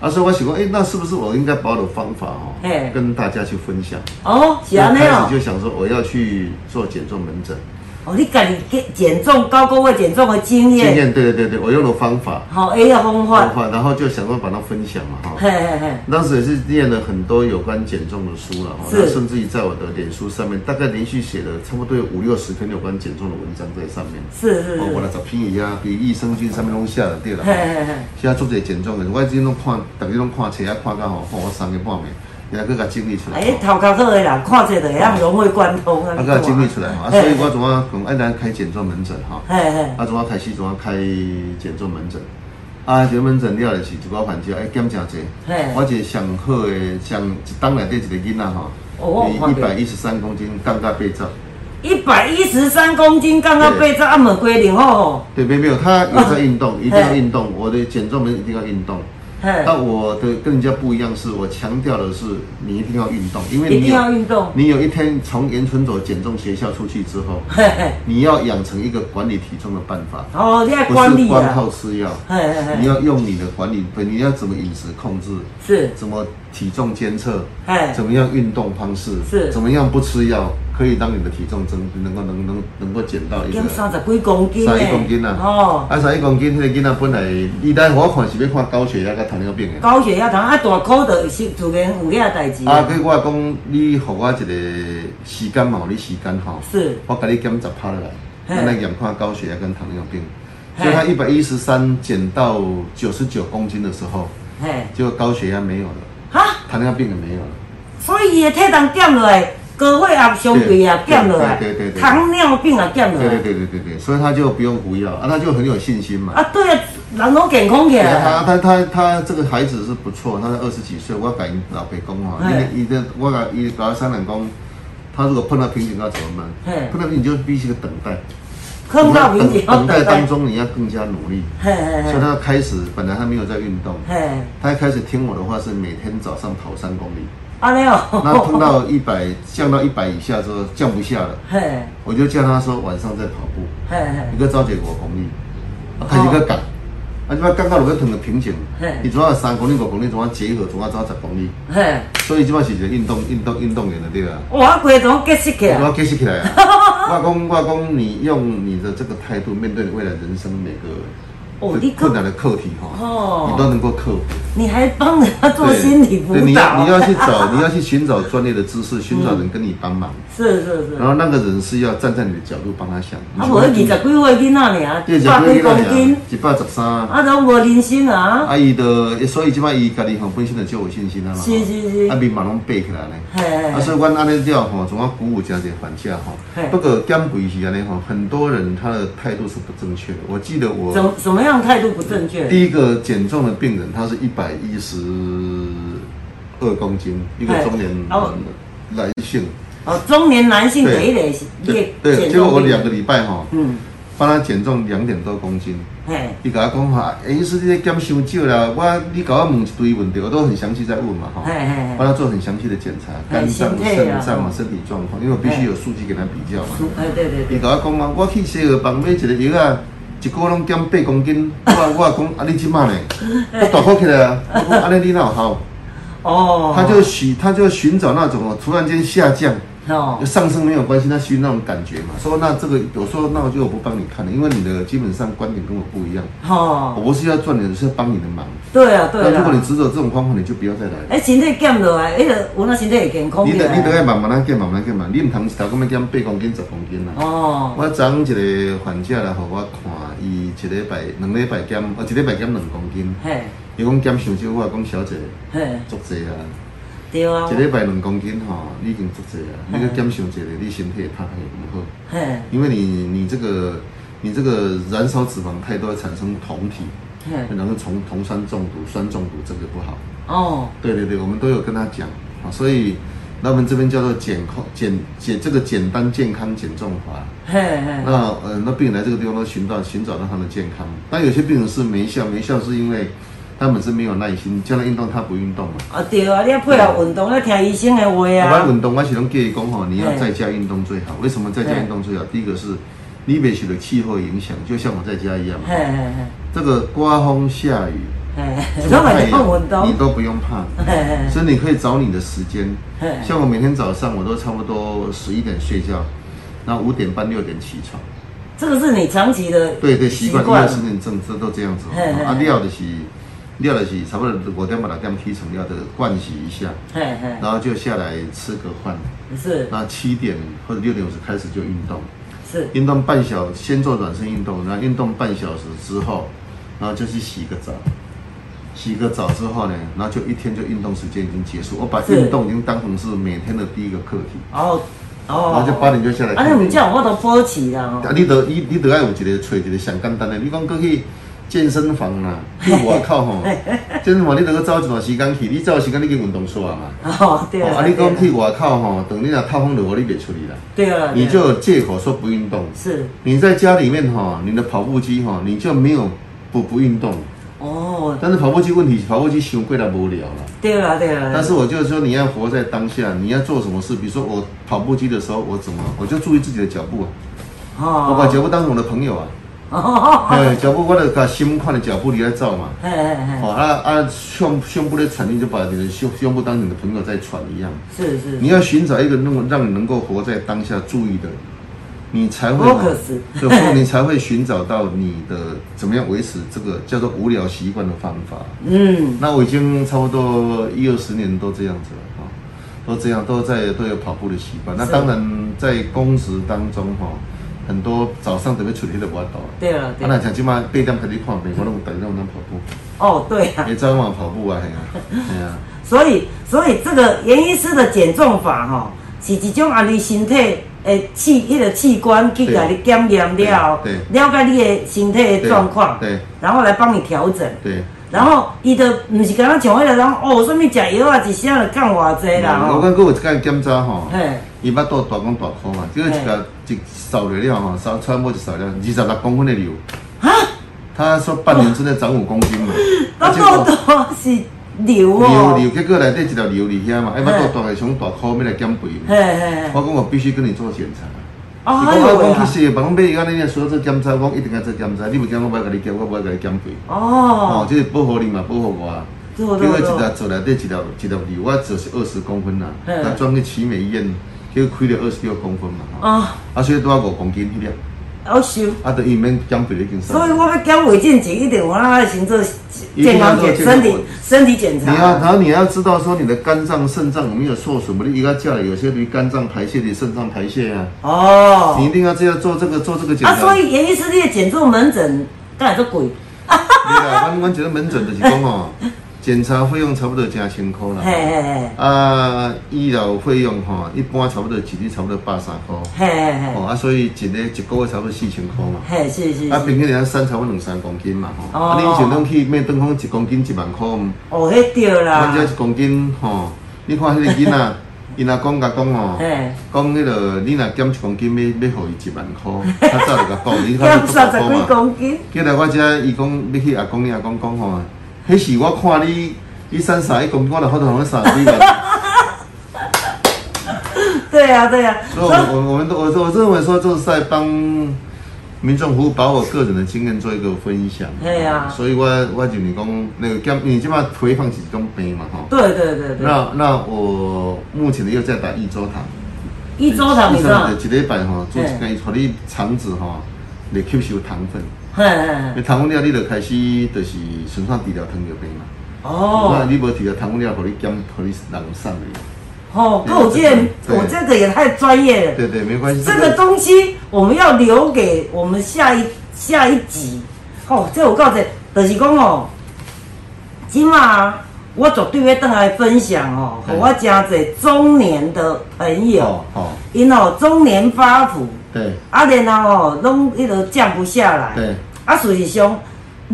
B: 啊，所以我想说，哎、那是不是我应该把我的方法哦
A: 嘿，
B: 跟大家去分享？
A: 哦，是安尼
B: 所以开
A: 哦
B: 始。就想说我要去做减重门诊，
A: 哦，你家己减减重高个位减重的经
B: 经
A: 验，
B: 验，哦对对对对，我用了方法，
A: 好 A 的方
B: 方
A: 法，
B: 法，然后就想说把它分享嘛哈。
A: 嘿嘿嘿，
B: 当时也是念了很多有关减重的书了哈，
A: 是
B: 那甚至于在我的脸书上面，大概连续写了差不多有五六十篇有关减重的文章在上面。
A: 是是
B: 哦，我
A: 是，
B: 来找拼一啊，比益生菌上面拢写了对了
A: 嘿
B: 哈。
A: 嘿嘿，
B: 现在做者减重的，我今拢看，大家拢看册啊，看到吼，看我三个半暝，然后佫甲整理出来。
A: 哎，头壳好的人看者就会晓啊融会贯通啊，
B: 啊，
A: 你
B: 个
A: 看
B: 经历出来嘛，啊，所以我怎啊讲，爱咱开减重门诊哈，
A: 嘿嘿，
B: 啊，怎啊开始怎啊开减重门诊，啊，减重门诊了就是一个环节，哎，减诚济
A: 嘿，
B: 我一个上好的，上一当内底一个囡仔吼
A: 哦我，有看
B: 一
A: 到
B: 百一十三公斤降到八十，
A: 一百一十三公斤降到八
B: 对
A: 十，啊，问过零哦，
B: 对，没有没有，他有在运动，一定要
A: 嘿
B: 运动，我的减重门诊一定要运动。
A: 嘿，
B: 那我的跟人家不一样是，我强调的是你一定要运动，因为
A: 一
B: 你
A: 定要
B: 有
A: 运动，
B: 你有一天从盐村走减重学校出去之后，
A: 嘿嘿，
B: 你要养成一个管理体重的办法。
A: 哦，你爱
B: 不
A: 管
B: 是
A: 理
B: 光
A: 啊，
B: 靠吃药，
A: 嘿嘿嘿，
B: 你要用你的管理，你要怎么饮食控制，
A: 是，
B: 怎么体重监测，
A: 嘿，
B: 怎么样运动方式，
A: 是
B: 怎么样不吃药，可以让你的体重增能够能能能够减到一个
A: 减。三十几公斤
B: 三一公斤啊
A: 哦，
B: 啊，三一公斤，迄个囡仔本来，伊咱我看是要看高血压甲糖尿病的。
A: 高血压糖啊，大口就是自然有遐代志，
B: 啊，佮我讲，你互我一个时间嘛，互你时间吼，
A: 是，
B: 我甲你减十趴落来，
A: 嘿
B: 咱来验看高血压跟糖尿病。
A: 嘿
B: 所以他一百一十三减到九十九公斤的时候，
A: 嘿，
B: 结果高血压没有了，
A: 哈。
B: 糖尿病也没有了，
A: 所以伊的体重减落来，高血压相对也减落来
B: 对对对对，对
A: 糖尿病也减落
B: 对对
A: 来。
B: 对对对对，所以他就不用服药啊，他就很有信心嘛。
A: 啊，对啊，人拢健康起
B: 对
A: 来
B: 啊
A: 了。
B: 他他他他这个孩子是不错，他才二十几岁，我敢老爸讲哦，因为
A: 哎
B: 伊的我甲伊甲他商量讲，他如果碰到瓶颈要怎么
A: 哎
B: 办？碰到瓶颈就必须等待，
A: 碰到瓶
B: 你
A: 颈
B: 要
A: 要
B: 等等待
A: 等
B: 当
A: 待。
B: 中你要更加努力。
A: 嘿嘿
B: 所以
A: 嘿，
B: 他开始本来他没有在运动，
A: 嘿，
B: 他一开始听我的话是每天早上跑三 公里，
A: 安尼
B: 那碰
A: 哦。
B: 到一百降到一百以下之后降不下了，
A: 嘿，
B: 我就叫他说晚上再跑步。
A: 嘿嘿，
B: 一个走一个五公里，啊，开始个降，啊，即摆降到落去同个瓶颈
A: 哦嘿，
B: 伊主要三公里、五公里，怎啊结合，怎啊走十公里，
A: 嘿，
B: 所以即摆是一个运动、运动、运动员的对啊。
A: 哇，规个拢结实起
B: 我
A: 来。
B: 要解释起来啊 啊！我讲我讲，你用你的这个态度面对你未来人生每个
A: 哦你
B: 困难的课题哈、
A: 哦
B: 你都能够克服。
A: 你还帮人家做
B: 对
A: 心理辅
B: 对你要
A: 导，
B: 你要去找，你要去寻找专业的知识，寻找人跟你帮忙。
A: 是是是
B: 然，后那个人是要站在你的角度帮他想。
A: 啊，无二十几岁囡仔尔，
B: 你
A: 一
B: 是
A: 百
B: 几
A: 几
B: 个
A: 公斤
B: 人，一百十三。
A: 啊，都无人生啊，
B: 啊，伊就，所以即摆伊家己吼本身就少有信心啊嘛，
A: 是是是
B: 啊面嘛拢背起来咧。
A: 嘿嘿
B: 啊，
A: 嘿
B: 所以阮安尼了吼，总要鼓舞真侪反价吼
A: 嘿。
B: 不过减肥是安尼吼，很多人他的态度是不正确的。我记得我
A: 怎么什么样态度不正确？
B: 第一个减重的病人，他是一百一十二公斤，一个
A: 哎
B: 中年
A: 哦
B: 男性。
A: 哦，中年男性给一类
B: 对
A: 也
B: 对，
A: 减
B: 结果我
A: 重
B: 两个
A: 病，
B: 礼拜哈，
A: 嗯，
B: 帮他减重两点多公斤。
A: 嘿，
B: 伊甲我讲哈，哎、医师你咧减伤少啦，我你甲我问一堆问题，我都很详细在问嘛哈
A: 嘿嘿，
B: 帮他做很详细的检查，
A: 嘿
B: 肝脏、
A: 心肺啊
B: 肾脏啊、身体状况，因为我必须有数据给他比较嘛。
A: 哎，对对对，
B: 伊甲我讲啊嘛，我去西药房买一个药啊，一个月拢减八公斤，我我讲啊你即 满呢，我大哭起来啊，我讲安尼你哪有好？
A: 哦，
B: 他就寻他就寻找那种哦，突然间下降。
A: 哦，
B: 上升没有关系，那需要那种感觉嘛。说那这个，我说那我就不帮你看了，因为你的基本上观点跟我不一样。我
A: 哦，
B: 不是要赚你的，是要帮你的忙。
A: 对啊对
B: 那如果你
A: 啊，
B: 执着这种方法，你就不要再来了。
A: 哎，身体减落来，迄个有那身体会健康
B: 你
A: 起
B: 得你得
A: 来，
B: 要慢慢来减，慢慢来减嘛。你唔通一头咁样减八公斤、十公斤啦。啊
A: 哦，
B: 我昨昏一个患者来，互我看，伊一礼拜、两礼拜减，哦，一礼拜减两公斤。
A: 嘿，
B: 伊讲减伤少，我讲小姐
A: 嘿，
B: 足济啊，
A: 对啊
B: 一，礼拜两公斤吼，你已经足济啊。你去减伤济咧，你身体拍会唔好。
A: 嘿，
B: 因为你你这个你这个燃烧脂肪太多，会产生酮体，
A: 嘿，
B: 然后从酮酸中毒、酸中毒，这个不好。
A: 哦，
B: 对对对，我们都有跟他讲啊，所以那我们这边叫做减控减减这个简单健康减重法。
A: 嘿嘿，
B: 那呃，那病人来这个地方都寻到寻找到他的健康，但有些病人是没效，没效是因为他本身没有耐心，叫他运动他不运动嘛。
A: 啊对啊，你要配合运动，要听医生的话
B: 我
A: 啊
B: 们，运动，我是拢建议讲吼，你要
A: 哎
B: 在家运动最好。为什么在家运动最好？第一个是你被许的气候影响，就像我在家一样嘛
A: 嘿。嘿嘿。
B: 这个刮风下雨，
A: 嘿，都会用运
B: 你
A: 动，
B: 都不用怕，
A: 嘿嘿
B: 所以你可以找你的时间。
A: 嘿
B: 像我每天早上我都差不多十一点睡觉，然后五点半六点起床。
A: 这个是你长期的
B: 对对，
A: 习
B: 习惯一二
A: 惯
B: 十点正这都这样子。
A: 嘿嘿
B: 啊，
A: 嘿
B: 料的是料的是差不多我点把它点踢成料的灌洗一下，
A: 嘿嘿，
B: 然后就下来吃个饭。
A: 是
B: 那七点或者六点五十开始就运动，
A: 是，
B: 运动半小时，先做暖身运动，然后运动半小时之后，然后就去洗个澡，洗个澡之后呢，然后就一天就运动时间已经结束，我把
A: 是
B: 运动已经当成是每天的第一个课题，
A: 哦
B: 然后就
A: 哦，
B: 八点就下来。
A: 啊，你唔这样我都保持啦哦
B: 啊，你得你你得爱有一个找一个上简单的，你讲过去健身 房啦，去外口吼，健身房你得去走一段时间去，你走的时间你去运动煞嘛。
A: 哦，对
B: 哦，
A: 啊，
B: 啊，你讲
A: 对
B: 去外口吼，等你若透风落雨，你袂出去啦。
A: 对啊，对啊
B: 你就有借口说不运动。
A: 是
B: 你在家里面哈，你的跑步机哈，你就没有不不运动。
A: 哦，
B: 但是跑步机问题，跑步机修贵了无聊了。
A: 对啦对啦，
B: 但是我就是说，你要活在当下，你要做什么事？比如说我跑步机的时候，我怎么我就注意自己的脚步啊，我把
A: 哦，
B: 脚步当成我的朋友啊。
A: 哦，
B: 哎，脚步我得把心宽的脚步你来照嘛。
A: 嘿嘿嘿，
B: 哦啊啊，胸胸部的传递就把你的胸胸部当你的朋友在传一样。
A: 是是
B: 你要寻找一个能让你能够活在当下注意的人，你才会
A: Focus
B: 对，或你才会寻找到你的怎么样维持这个叫做无聊习惯的方法。
A: 嗯，
B: 那我已经差不多一二十年都这样子了啊、都这样都在都有跑步的习惯。那
A: 是
B: 当然在公职当中哈、很多早上特别出去的我倒。
A: 对啦
B: 啊，
A: 对
B: 那
A: 啦，
B: 像即摆八点开始看，美国拢有台拢在跑步，
A: 哦对啊，
B: 会早晚跑步啊，系啊，系啊。
A: 所以所以这个严医师的减重法吼、是一种安尼身体诶器迄个器官去甲你检验了后
B: 对，
A: 了解你的身体的状况，
B: 对对
A: 然后来帮你调整。
B: 对。
A: 然后伊就毋是敢若像迄个人哦，什物食药啊，一声就降偌济啦
B: 嗯我
A: 吼。
B: 看过有一间检查吼，
A: 嘿，
B: 伊巴肚大公大口嘛，结果一个一扫了了吼，扫穿摸就扫了二十六公分的瘤。他说半年之内长五公斤 嘛，
A: 啊，
B: 结
A: 肚
B: 果
A: 大是瘤
B: 瘤
A: 哦，
B: 瘤，结果内底一条瘤伫遐嘛，哎，巴肚大个像大口要来减肥
A: 嘿
B: 嘛。
A: 嘿，嘿
B: 我讲我必须跟你做检查。
A: 哦，
B: 伊
A: 哎
B: 讲
A: 呦
B: 我
A: 喂
B: 讲
A: 啊
B: 去，西药房买药，你若需要做检查，我讲一定要做检查，你不检我不要甲你检，我不要甲你减肥。哦
A: 哦，，
B: 这是保护你嘛，保护我。
A: 对
B: 因为
A: 对
B: 一条
A: 对，
B: 做内底一条一条瘤，我做是二十公分啦，
A: 嗯
B: 那装去奇美医院，结果开了二十六公分嘛。吼
A: 啊，
B: 啊，所以拄啊五公斤迄粒，
A: 好收。
B: 啊，等于免减肥已经瘦。
A: 所以我要减胃镜前一定有啊先做健康检身体身体检
B: 你要，
A: 查。
B: 然后你要知道说你的肝脏、肾脏有没有受什么的一个教育，有些对于肝脏排泄的肾脏排泄啊，你
A: 哦，
B: 一定要这样做这个做这个检查。
A: 啊，所以严医师你的减重门诊干做贵，
B: 对啦，阮阮一个门诊就是讲哦，检查费用差不多加千块
A: 嘿
B: 啦。
A: 嘿嘿
B: 啊，医疗费用吼、一般差不多一日差不多八三块。
A: 嘿嘿
B: 哦，啊，所以一个一个月差不多四千块嘛。
A: 嘿，嘿是哎是
B: 啊，
A: 是，
B: 平均人三差不多两三公斤嘛吼。
A: 哦
B: 啊，你以前拢去咩？等讲一公斤一万块，
A: 哦，迄对啦
B: 阮，遮一公斤吼、你看迄个囡 仔，因阿公甲讲哦。
A: 嘿，
B: 讲迄落，你若减一公斤，要要互伊一万箍，较早就 甲讲，你较
A: 减
B: 早
A: 三十
B: 就讲
A: 几
B: 嘛。
A: 公斤，
B: 今日我遮伊讲要去阿公，你阿公讲吼，迄时我看你你瘦瘦一公斤，我就好多人瘦你了。
A: 对啊对啊，
B: 所以
A: 所以
B: 我，我我们都我我认为说，就是在帮民众服务，把我个人的经验做一个分享。
A: 嘿啊
B: 所以我我认为讲那个减，你即马肥胖是一种病嘛吼。
A: 对对对对，
B: 那那我目前呢又在打益州糖。
A: 一周糖你知道吗？
B: 一礼拜吼，做一
A: 嘿
B: 间，互你肠子吼来吸收糖分。
A: 嘿嘿
B: 你糖分了，你就开始就是顺便治疗糖尿病嘛。
A: 哦
B: 那，你无治疗糖分了，互你减，互你人瘦的。
A: 哦，跟我这个
B: 对
A: 我这个也太专业了。
B: 对对，没关系。
A: 这个东西我们要留给我们下一下一集。哦，这我告诉你，就是讲哦，今嘛我绝对会倒来分享哦，给
B: 嗯
A: 我真侪中年的朋友，
B: 哦哦，
A: 因哦中年发福，
B: 对
A: 啊，然后哦拢迄落降不下来，
B: 对
A: 啊，事实上。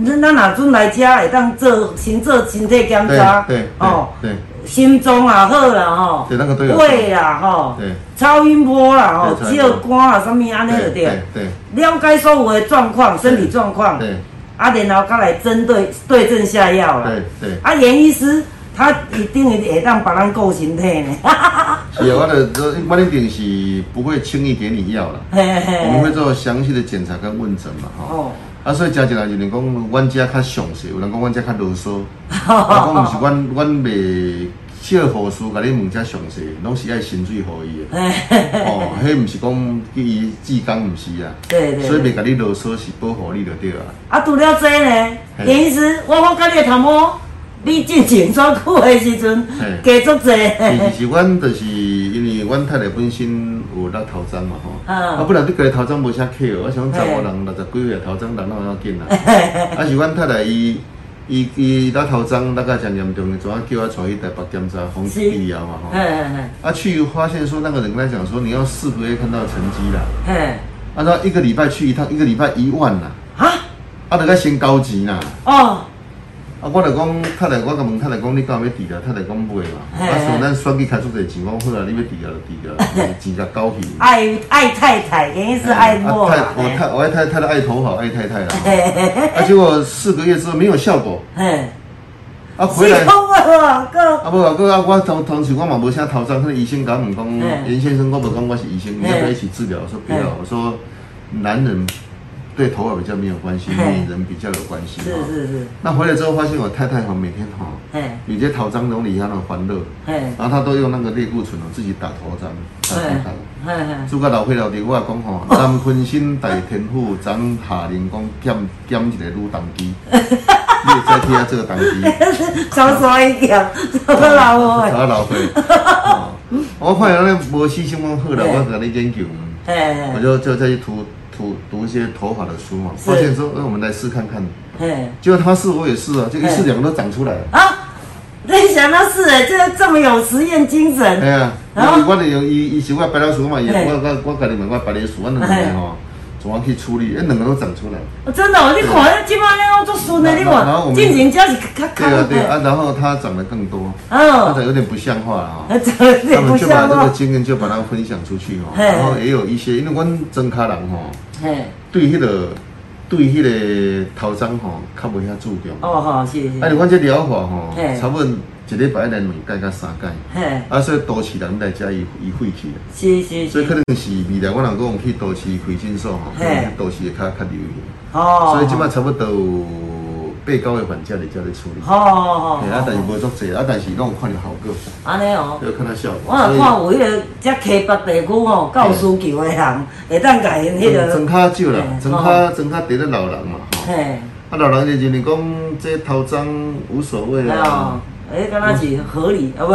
A: 咱咱若准来遮会当做先做身体检
B: 对
A: 查，
B: 对
A: 哦，
B: 对
A: 心脏也好啦吼，
B: 对那个都有
A: 胃啦吼，
B: 对
A: 超音波啦吼，
B: 对超
A: 只
B: 音波
A: 有肝啊，什么安尼就
B: 对
A: 对了
B: 对。对
A: 了解所有的状况，身体状况，
B: 对
A: 啊，然后再来针对对症下药啦。
B: 对对。
A: 啊，严医师他一定会当把咱顾身体呢。
B: 是啊，我的这我一定是不会轻易给你药了。
A: 嘿嘿嘿
B: 我们会做详细的检查跟问诊嘛，哈。
A: 哦，
B: 啊，所以诚侪人就是讲，阮遮较详细，有人讲阮遮较啰嗦，我讲毋是阮，阮袂小护士甲你问遮详细，拢是爱薪水互 伊的。
A: 嘿嘿
B: 哦，迄毋是讲伊志工毋是啊，
A: 对对
B: 所以
A: 对
B: 袂甲你啰嗦是保护你就对啊。
A: 啊，除了这呢，
B: 嘿
A: 严医师，我我甲你的头毛，你进前所久的时阵，加足
B: 其实
A: 侪。
B: 是阮就是因为阮太太本身有咧头鬃嘛吼，
A: 嗯
B: 啊本来你家己头鬃无啥客哦，我想查某人六十几岁头鬃人哪有遐紧啊？啊是阮太太伊伊伊咧头鬃那个真严重，怎啊叫我带去台北检查风湿治疗嘛
A: 嘿
B: 吼？
A: 嘿嘿
B: 啊去发现说那个人跟他讲说你要四个月看到成绩啦，
A: 嘿，
B: 按照一个礼拜去一趟，一个礼拜一万啦，
A: 啊，
B: 啊得个先交钱啦。
A: 哦，
B: 啊，我就讲，太太，我甲问太太讲，你敢有要治疗？太太讲袂嘛。
A: 嘿
B: 啊，像咱选去开出侪钱，我讲好啦，你要治疗就治疗，钱甲交去。
A: 爱爱太太，严医师爱我
B: 啊
A: 啦。
B: 太我
A: 嘿
B: 太我爱太太太爱头发，爱太太啦。
A: 嘿嘿嘿
B: 啊，结果四个月之后没有效果，
A: 嘿，
B: 啊
A: 是
B: 回来，
A: 讲我哥，
B: 啊无啊，个啊我同同时我嘛无啥头胀，迄个医生甲我问讲，
A: 嘿
B: 严先生，我无讲我是医生，你要不要
A: 嘿
B: 一起治疗？我说不要
A: 嘿，
B: 我说男人对头发比较没有关系，
A: 嘿
B: 女人比较有关系。
A: 是
B: 哦
A: 是是，
B: 那回来之后发现我太太哈每天哈，
A: 嘿
B: 每天头胀容里她的欢乐。
A: 嘿
B: 然后他都用那个类固醇哦，自己打头针，打头
A: 嘿
B: 针。
A: 嘿嘿，
B: 主角老岁老弟，我也讲吼，南昆新大天府长下人讲减减一个女当机，你会再听下这个当机，
A: 小说一点，怎么老我？
B: 啊老岁。哦我看了那无细心问好了，
A: 嘿
B: 我给你研究，
A: 嘿
B: 我就就再去读读读一些头发的书嘛，
A: 是
B: 发现说，哎那我们来试看看。
A: 嘿
B: 结果他是我也是啊，就一次
A: 嘿
B: 两个都长出来了。
A: 啊，没想到是哎，这这么有实验精
B: 哎
A: 神，
B: 呀，
A: 然
B: 我
A: 后
B: 我就是伊伊是我白老鼠嘛，伊
A: 嘿
B: 我我我家己问我白老鼠，我两
A: 嘿
B: 个吼，怎样去处理？哎，两个都长出来。
A: 真的哦，你看，今摆那我做孙的，你
B: 然后
A: 看，
B: 我们
A: 进前家是较
B: 对啊对啊，
A: 的，
B: 啊然后它长得更多，它
A: 嗯，
B: 长有点不像话了哈。
A: 这哎有
B: 他
A: 点不
B: 们就把
A: 像
B: 这个
A: 话，哎
B: 经验就把它分享出去哦，
A: 嘿
B: 然后也有一些，因为阮真卡人吼，
A: 嘿，
B: 对迄个对迄个头鬃吼，较无遐注重。
A: 哦哎好，谢
B: 啊，
A: 谢，
B: 你阮这疗法吼
A: 嘿，
B: 差不多一礼拜来两届到三届，
A: 嘿，
B: 啊，所以都市人来遮伊伊废去了。
A: 是是
B: 所以可
A: 是，
B: 能是未来我人讲去都市开诊所吼，可
A: 嘿
B: 能都市会较较流行。
A: 哦，
B: 所以即摆差不多有被告的反价你才来处理。
A: 好好好，
B: 嘿啊，但是无足济，啊，但是拢有看到效果，
A: 安尼哦。
B: 要看到效
A: 我
B: 果。
A: 若看有迄个遮溪北地区吼，够需求的人，会当甲因迄
B: 装
A: 个，
B: 较少
A: 嘿
B: 啦，
A: 哦
B: 装较装较伫咧老人嘛吼。
A: 嘿，
B: 啊，老人就认为讲这头章无所谓
A: 哎
B: 啦
A: 呦。，诶，敢若是合理，啊不，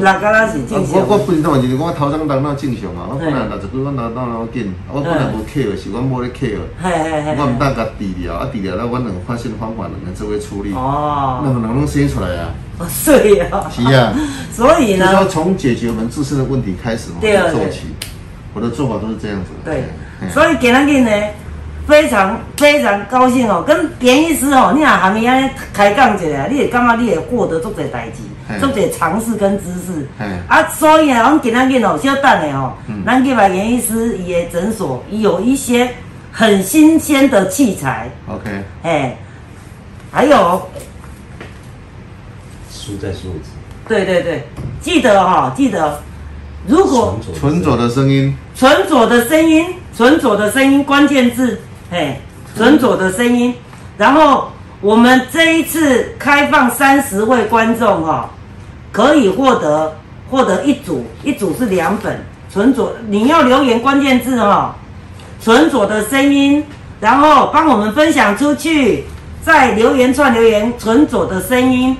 A: 那敢若是
B: 啊
A: 正
B: 我我
A: 常。
B: 本身嘛就是我头张当那正常啊，我本来
A: 嘿
B: 六十几，我拿当老紧，啊我本来无客的，是我某咧客的，
A: 嘿嘿嘿。
B: 我毋当甲治疗，啊治疗了，我两个发现方法，两个做伙处理，
A: 哦，
B: 两个人拢生出来啊，
A: 水啊，
B: 是啊，
A: 所以
B: 就是说
A: 呢，
B: 从解决我们自身的问题开始，我
A: 对啊
B: 们做起，我的做法都是这样子哎的，
A: 对，
B: 嘿
A: 所以今仔日呢，非常非常高兴哦，跟田医师哦，你若含伊安尼开讲一下，你会感觉你会获得足侪代志，
B: 嘿
A: 足侪尝试跟知识。
B: 嘿
A: 啊，所以呢，阮今仔日哦，稍等下哦，咱去把严医师伊的诊所，伊有一些很新鲜的器材，
B: ，OK，
A: 哎，还有，哦
C: 输在数字，
A: 对对对，记得哈、哦，记得，如果
C: 纯
B: 纯左的声音，
A: 纯左的声音，纯左的声音，关键字，哎，纯左的声音。然后我们这一次开放三十位观众哈、可以获得获得一组，一组是两本纯左，你要留言关键字哈、纯左的声音，然后帮我们分享出去，在留言串留言纯左的声音，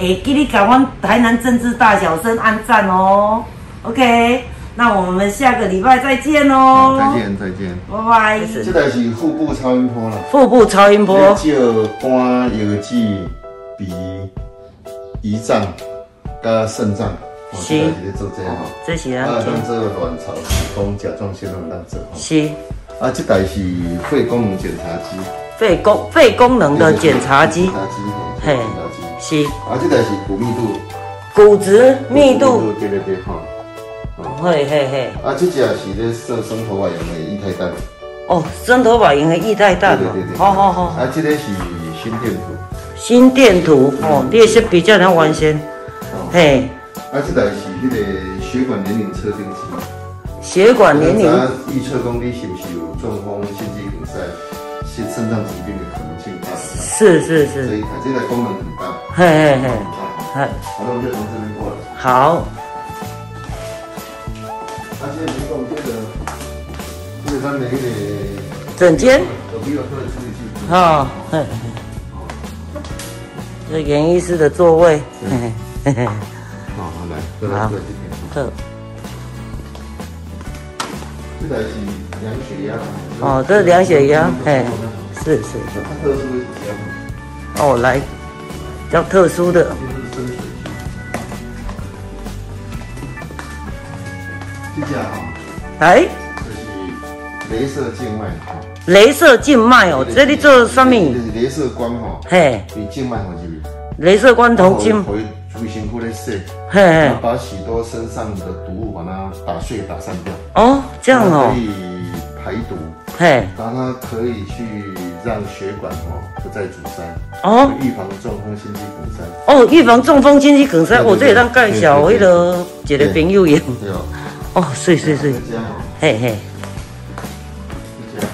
A: 哎，给你赶快台南政治大小声按赞哦，OK，那我们下个礼拜再见哦，
B: 再，见再见，
A: 拜拜。
B: 这台是腹部超音波啦。
A: 腹部超音
B: 要
A: 波，
B: 照肝、腰子、鼻、胰脏、加肾脏，我
A: 是
B: 现在是在做这样吼。
A: 这些
B: 啊
A: 啊，，
B: 咱这个卵巢、子宫、甲状腺拢咱做吼。
A: 是
B: 哦啊，这台是肺功能检查机，
A: 肺功肺功能的检查机
B: 检，查机，
A: 嘿
B: 嘿检查机。
A: 是
B: 啊，这台是骨密度，
A: 骨质密度，，
B: 对对对吼。
A: 嘿嘿嘿，
B: 啊，这只是咧做生头发用的液态氮，
A: 哦，生头发型的液态氮
B: 对
A: 哦
B: 对对对。，
A: 好好好，
B: 啊，这个是心电图，
A: 心电图哦，你也是比较能完成，
B: 嗯哦。
A: 嘿，
B: 啊，这台是迄个血管年龄测定机。
A: 血管年
B: 咱
A: 龄，
B: 预测讲你是不是有中风、心肌梗塞、是肾脏疾病的可能性大不大？
A: 是是
B: 所
A: 是，
B: 以它这个功能很大。
A: 嘿嘿嘿，
B: 啊，
A: 哎，
B: 好了，我们就从这边过来。
A: 好，
B: 那现在提供啊这个，这个咱的那个
A: 整间，
B: 耳鼻喉科的处理器。
A: 哦，嘿，嘿这严医师的座位，嘿嘿嘿嘿，
B: 好，好来，过来，过来这边。
A: 这
B: 这台是量血压。
A: 哦，这是量血压，
B: 嗯
A: 嘿，是是，
B: 它特殊的指标。
A: 哦，来，比较特殊的，
B: 这家哈，
A: 哎，
B: 这是镭射静脉哈。
A: 镭射静脉哦，这里做什么？
B: 就是镭射光吼，
A: 嘿，
B: 你静脉放进去，
A: 镭射光头巾，
B: 回回辛苦的射，
A: 嘿
B: 然
A: 嘿
B: 后，把许多身上的毒物把它打碎打散掉，
A: 哦，这样
B: 它
A: 哦
B: 可，以排毒，
A: 嘿，
B: 然后它可以去让血管哦不再阻塞，
A: 哦。
B: 预防中风、心肌梗塞。
A: 哦，预防中风、心肌梗塞，哦
B: 对对对
A: 我这也当介绍迄
B: 对对
A: 个一个朋友用。
B: 对哦，
A: 哦，是是是
B: 这，家哦，
A: 嘿嘿，
B: 这家。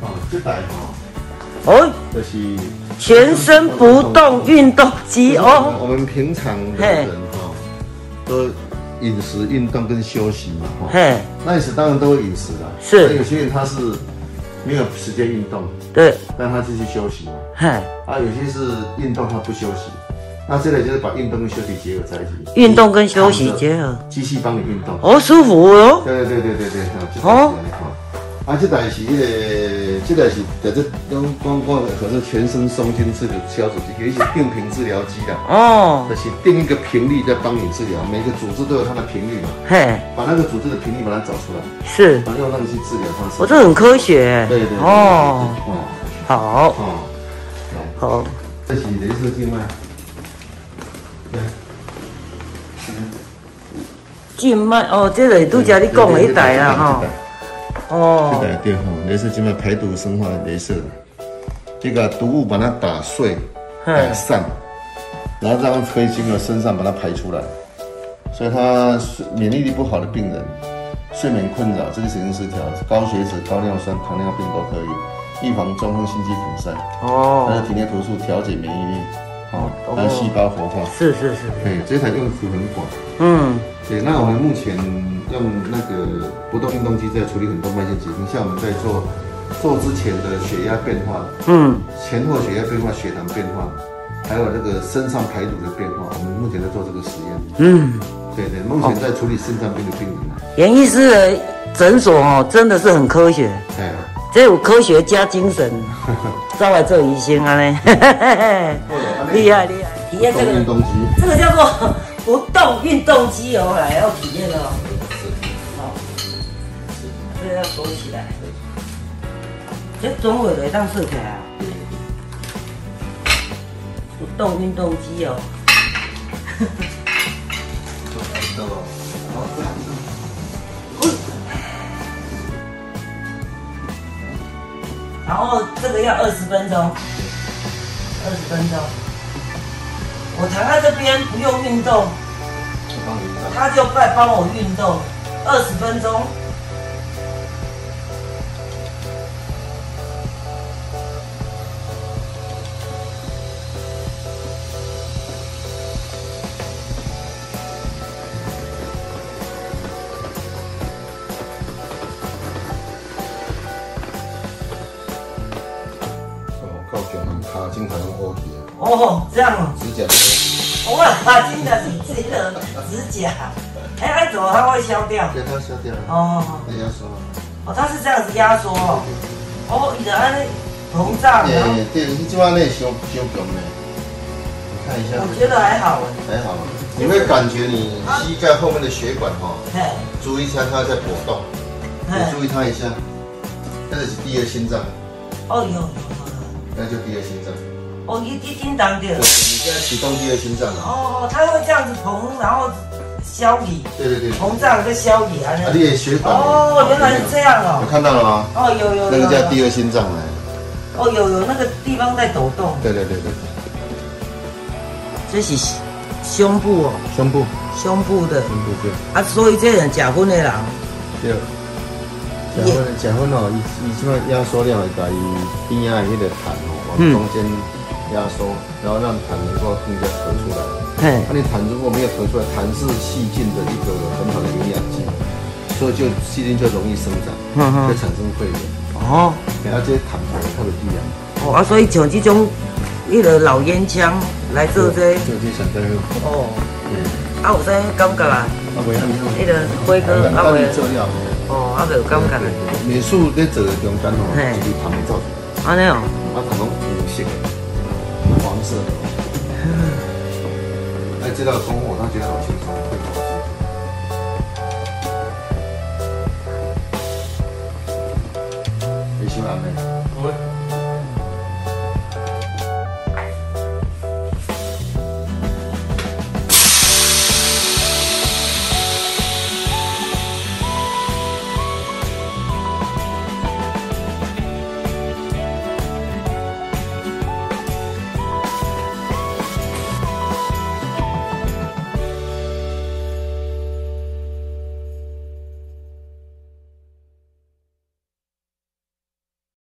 B: 哦，这台哦，
A: 哦，
B: 就是
A: 全身不动运动机哦，
B: 我们平常的人哈、都饮食、运动跟休息嘛哈、
A: 嘿，
B: 那饮食当然都有饮食啦，
A: 是
B: 那有些人他是没有时间运动，
A: 对，
B: 但他继续休息嘛。
A: 嘿，
B: 啊，有些是运动他不休息，那这个就是把运动跟休息结合在一起，
A: 运动跟休息结合，
B: 机器帮你运动。
A: 哦，舒服哦，
B: 对对对对对，对
A: 哦。
B: 啊，这台是那个，这台是在这用光光可是全身松筋治疗消肿机，有一些定频治疗机啦。
A: 哦，
B: 就是定一个频率在帮你治疗，每个组织都有它的频率嘛，
A: 嘿，
B: 把那个组织的频率把它找出来，
A: 是，哦
B: 然后用那个去治疗它。
A: 我这很科学，
B: 对对对
A: 哦，
B: 哦
A: 好，
B: 哦，来
A: 好，
B: 这是镭射静脉，来，
A: 静脉哦，这个拄则你讲的迄台啊啦哈，
B: 这
A: 哦，
B: 台对吼，镭射静脉排毒生化的镭射，这个毒物把它打碎、打散，然后让它可以经由身上把它排出来，所以它免疫力不好的病人。睡眠困扰、精神失调、高血脂、高尿酸、糖尿病都可以，预防中风、心肌梗塞，还有
C: 哦，
B: 体内毒素调节免疫力，哦，
C: 哦
B: 还有细胞活化，
C: 是是是，
B: 对，这台用途很广。
C: 嗯，
B: 对，那我们目前用那个不动运动机在处理很多慢性疾病，像我们在做做之前的血压变化、
C: 嗯，
B: 前后血压变化、血糖变化，还有这个肾上排毒的变化，我们目前在做这个实验。
C: 嗯，
B: 对对，目前在处理肾脏病的病人啊。
C: 严医师的诊所哦，真的是很科学，
B: 哎，
C: 这有科学加精神，稍微做医生啊呢， 厉害厉害，
A: 体验
B: 不
A: 这
B: 动运
A: 个，
B: 动机，
A: 这个叫做不动运动机哦，来要体验哦。好，这个要锁起来。这总有的当设起来啊。不动运动机哦， 然后这个要二十分钟，二十分钟。我躺在这边不用运动，他就在帮我运动二十分钟。
B: 哦，高血糖卡经常用 O 皮，
A: 哦，这样哦，
B: 指甲都，
A: 我把金的是自己的指甲，哎，哎，怎么它会消掉？
B: 给它消掉哎了。
A: 哦，
B: 那要说，
A: 哦，它是这样子压缩哦，哦，然后膨胀，啊然后
B: 哎，对，你这晚那修修强呢？你看一下，
A: 我觉得还好哎，
B: 还好吗？你会感觉你膝盖后面的血管哈、哦，
A: 嘿，
B: 注意一下它在搏动，你
A: 嘿，
B: 注意它一下，那是第二心脏，
A: 哦有有有，
B: 那就第二心脏。
A: 哦一一叮当的
B: 对，，你现在启动第二心脏了。
A: 哦，它会这样子膨，然后消离，
B: 对对对，啊，
A: 膨胀跟消离啊，
B: 你的血管。
A: 哦，原来是这样
B: 有
A: 哦，
B: 看到了吗？
A: 哦有有有，
B: 那个叫
A: 有
B: 第二心脏呢。
A: 哦有有那个地方在抖动，
B: 对对对对，
A: 这是胸部哦，
B: 胸部，
A: 胸部的。
B: 胸部对。
A: 啊，所以这人假婚的人，
B: 对。假
A: 也
B: 分假分哦，伊伊即摆压缩了，把伊边仔的迄个痰哦往
C: 嗯
B: 中间压缩，然后让痰能够更加咳出来。
C: 嘿，
B: 那你痰如果没有咳出来，痰是细菌的一个很好的营养剂，所以就细菌就容易生长，
C: 嗯哼
B: 会产生溃疡。
C: 哦，
B: 然后这些痰痰特别低啊，
A: 哦啊，所以像这种迄个老烟枪来做这
B: 就就想在用。
A: 哦，
B: 嗯，
A: 啊有啥感觉啊？
B: 啊袂安尼
A: 迄、个辉哥啊
B: 啊袂
A: 袂
B: 做了，
A: 哦啊袂有感觉啊？
B: 美术在做的中间哦，
A: 嘿
B: 一个痰造出来。
A: 安尼哦，
B: 它可能五色，黄色的。哎，这道功我倒觉得好轻松，会好轻松。你喜欢没？
D: 我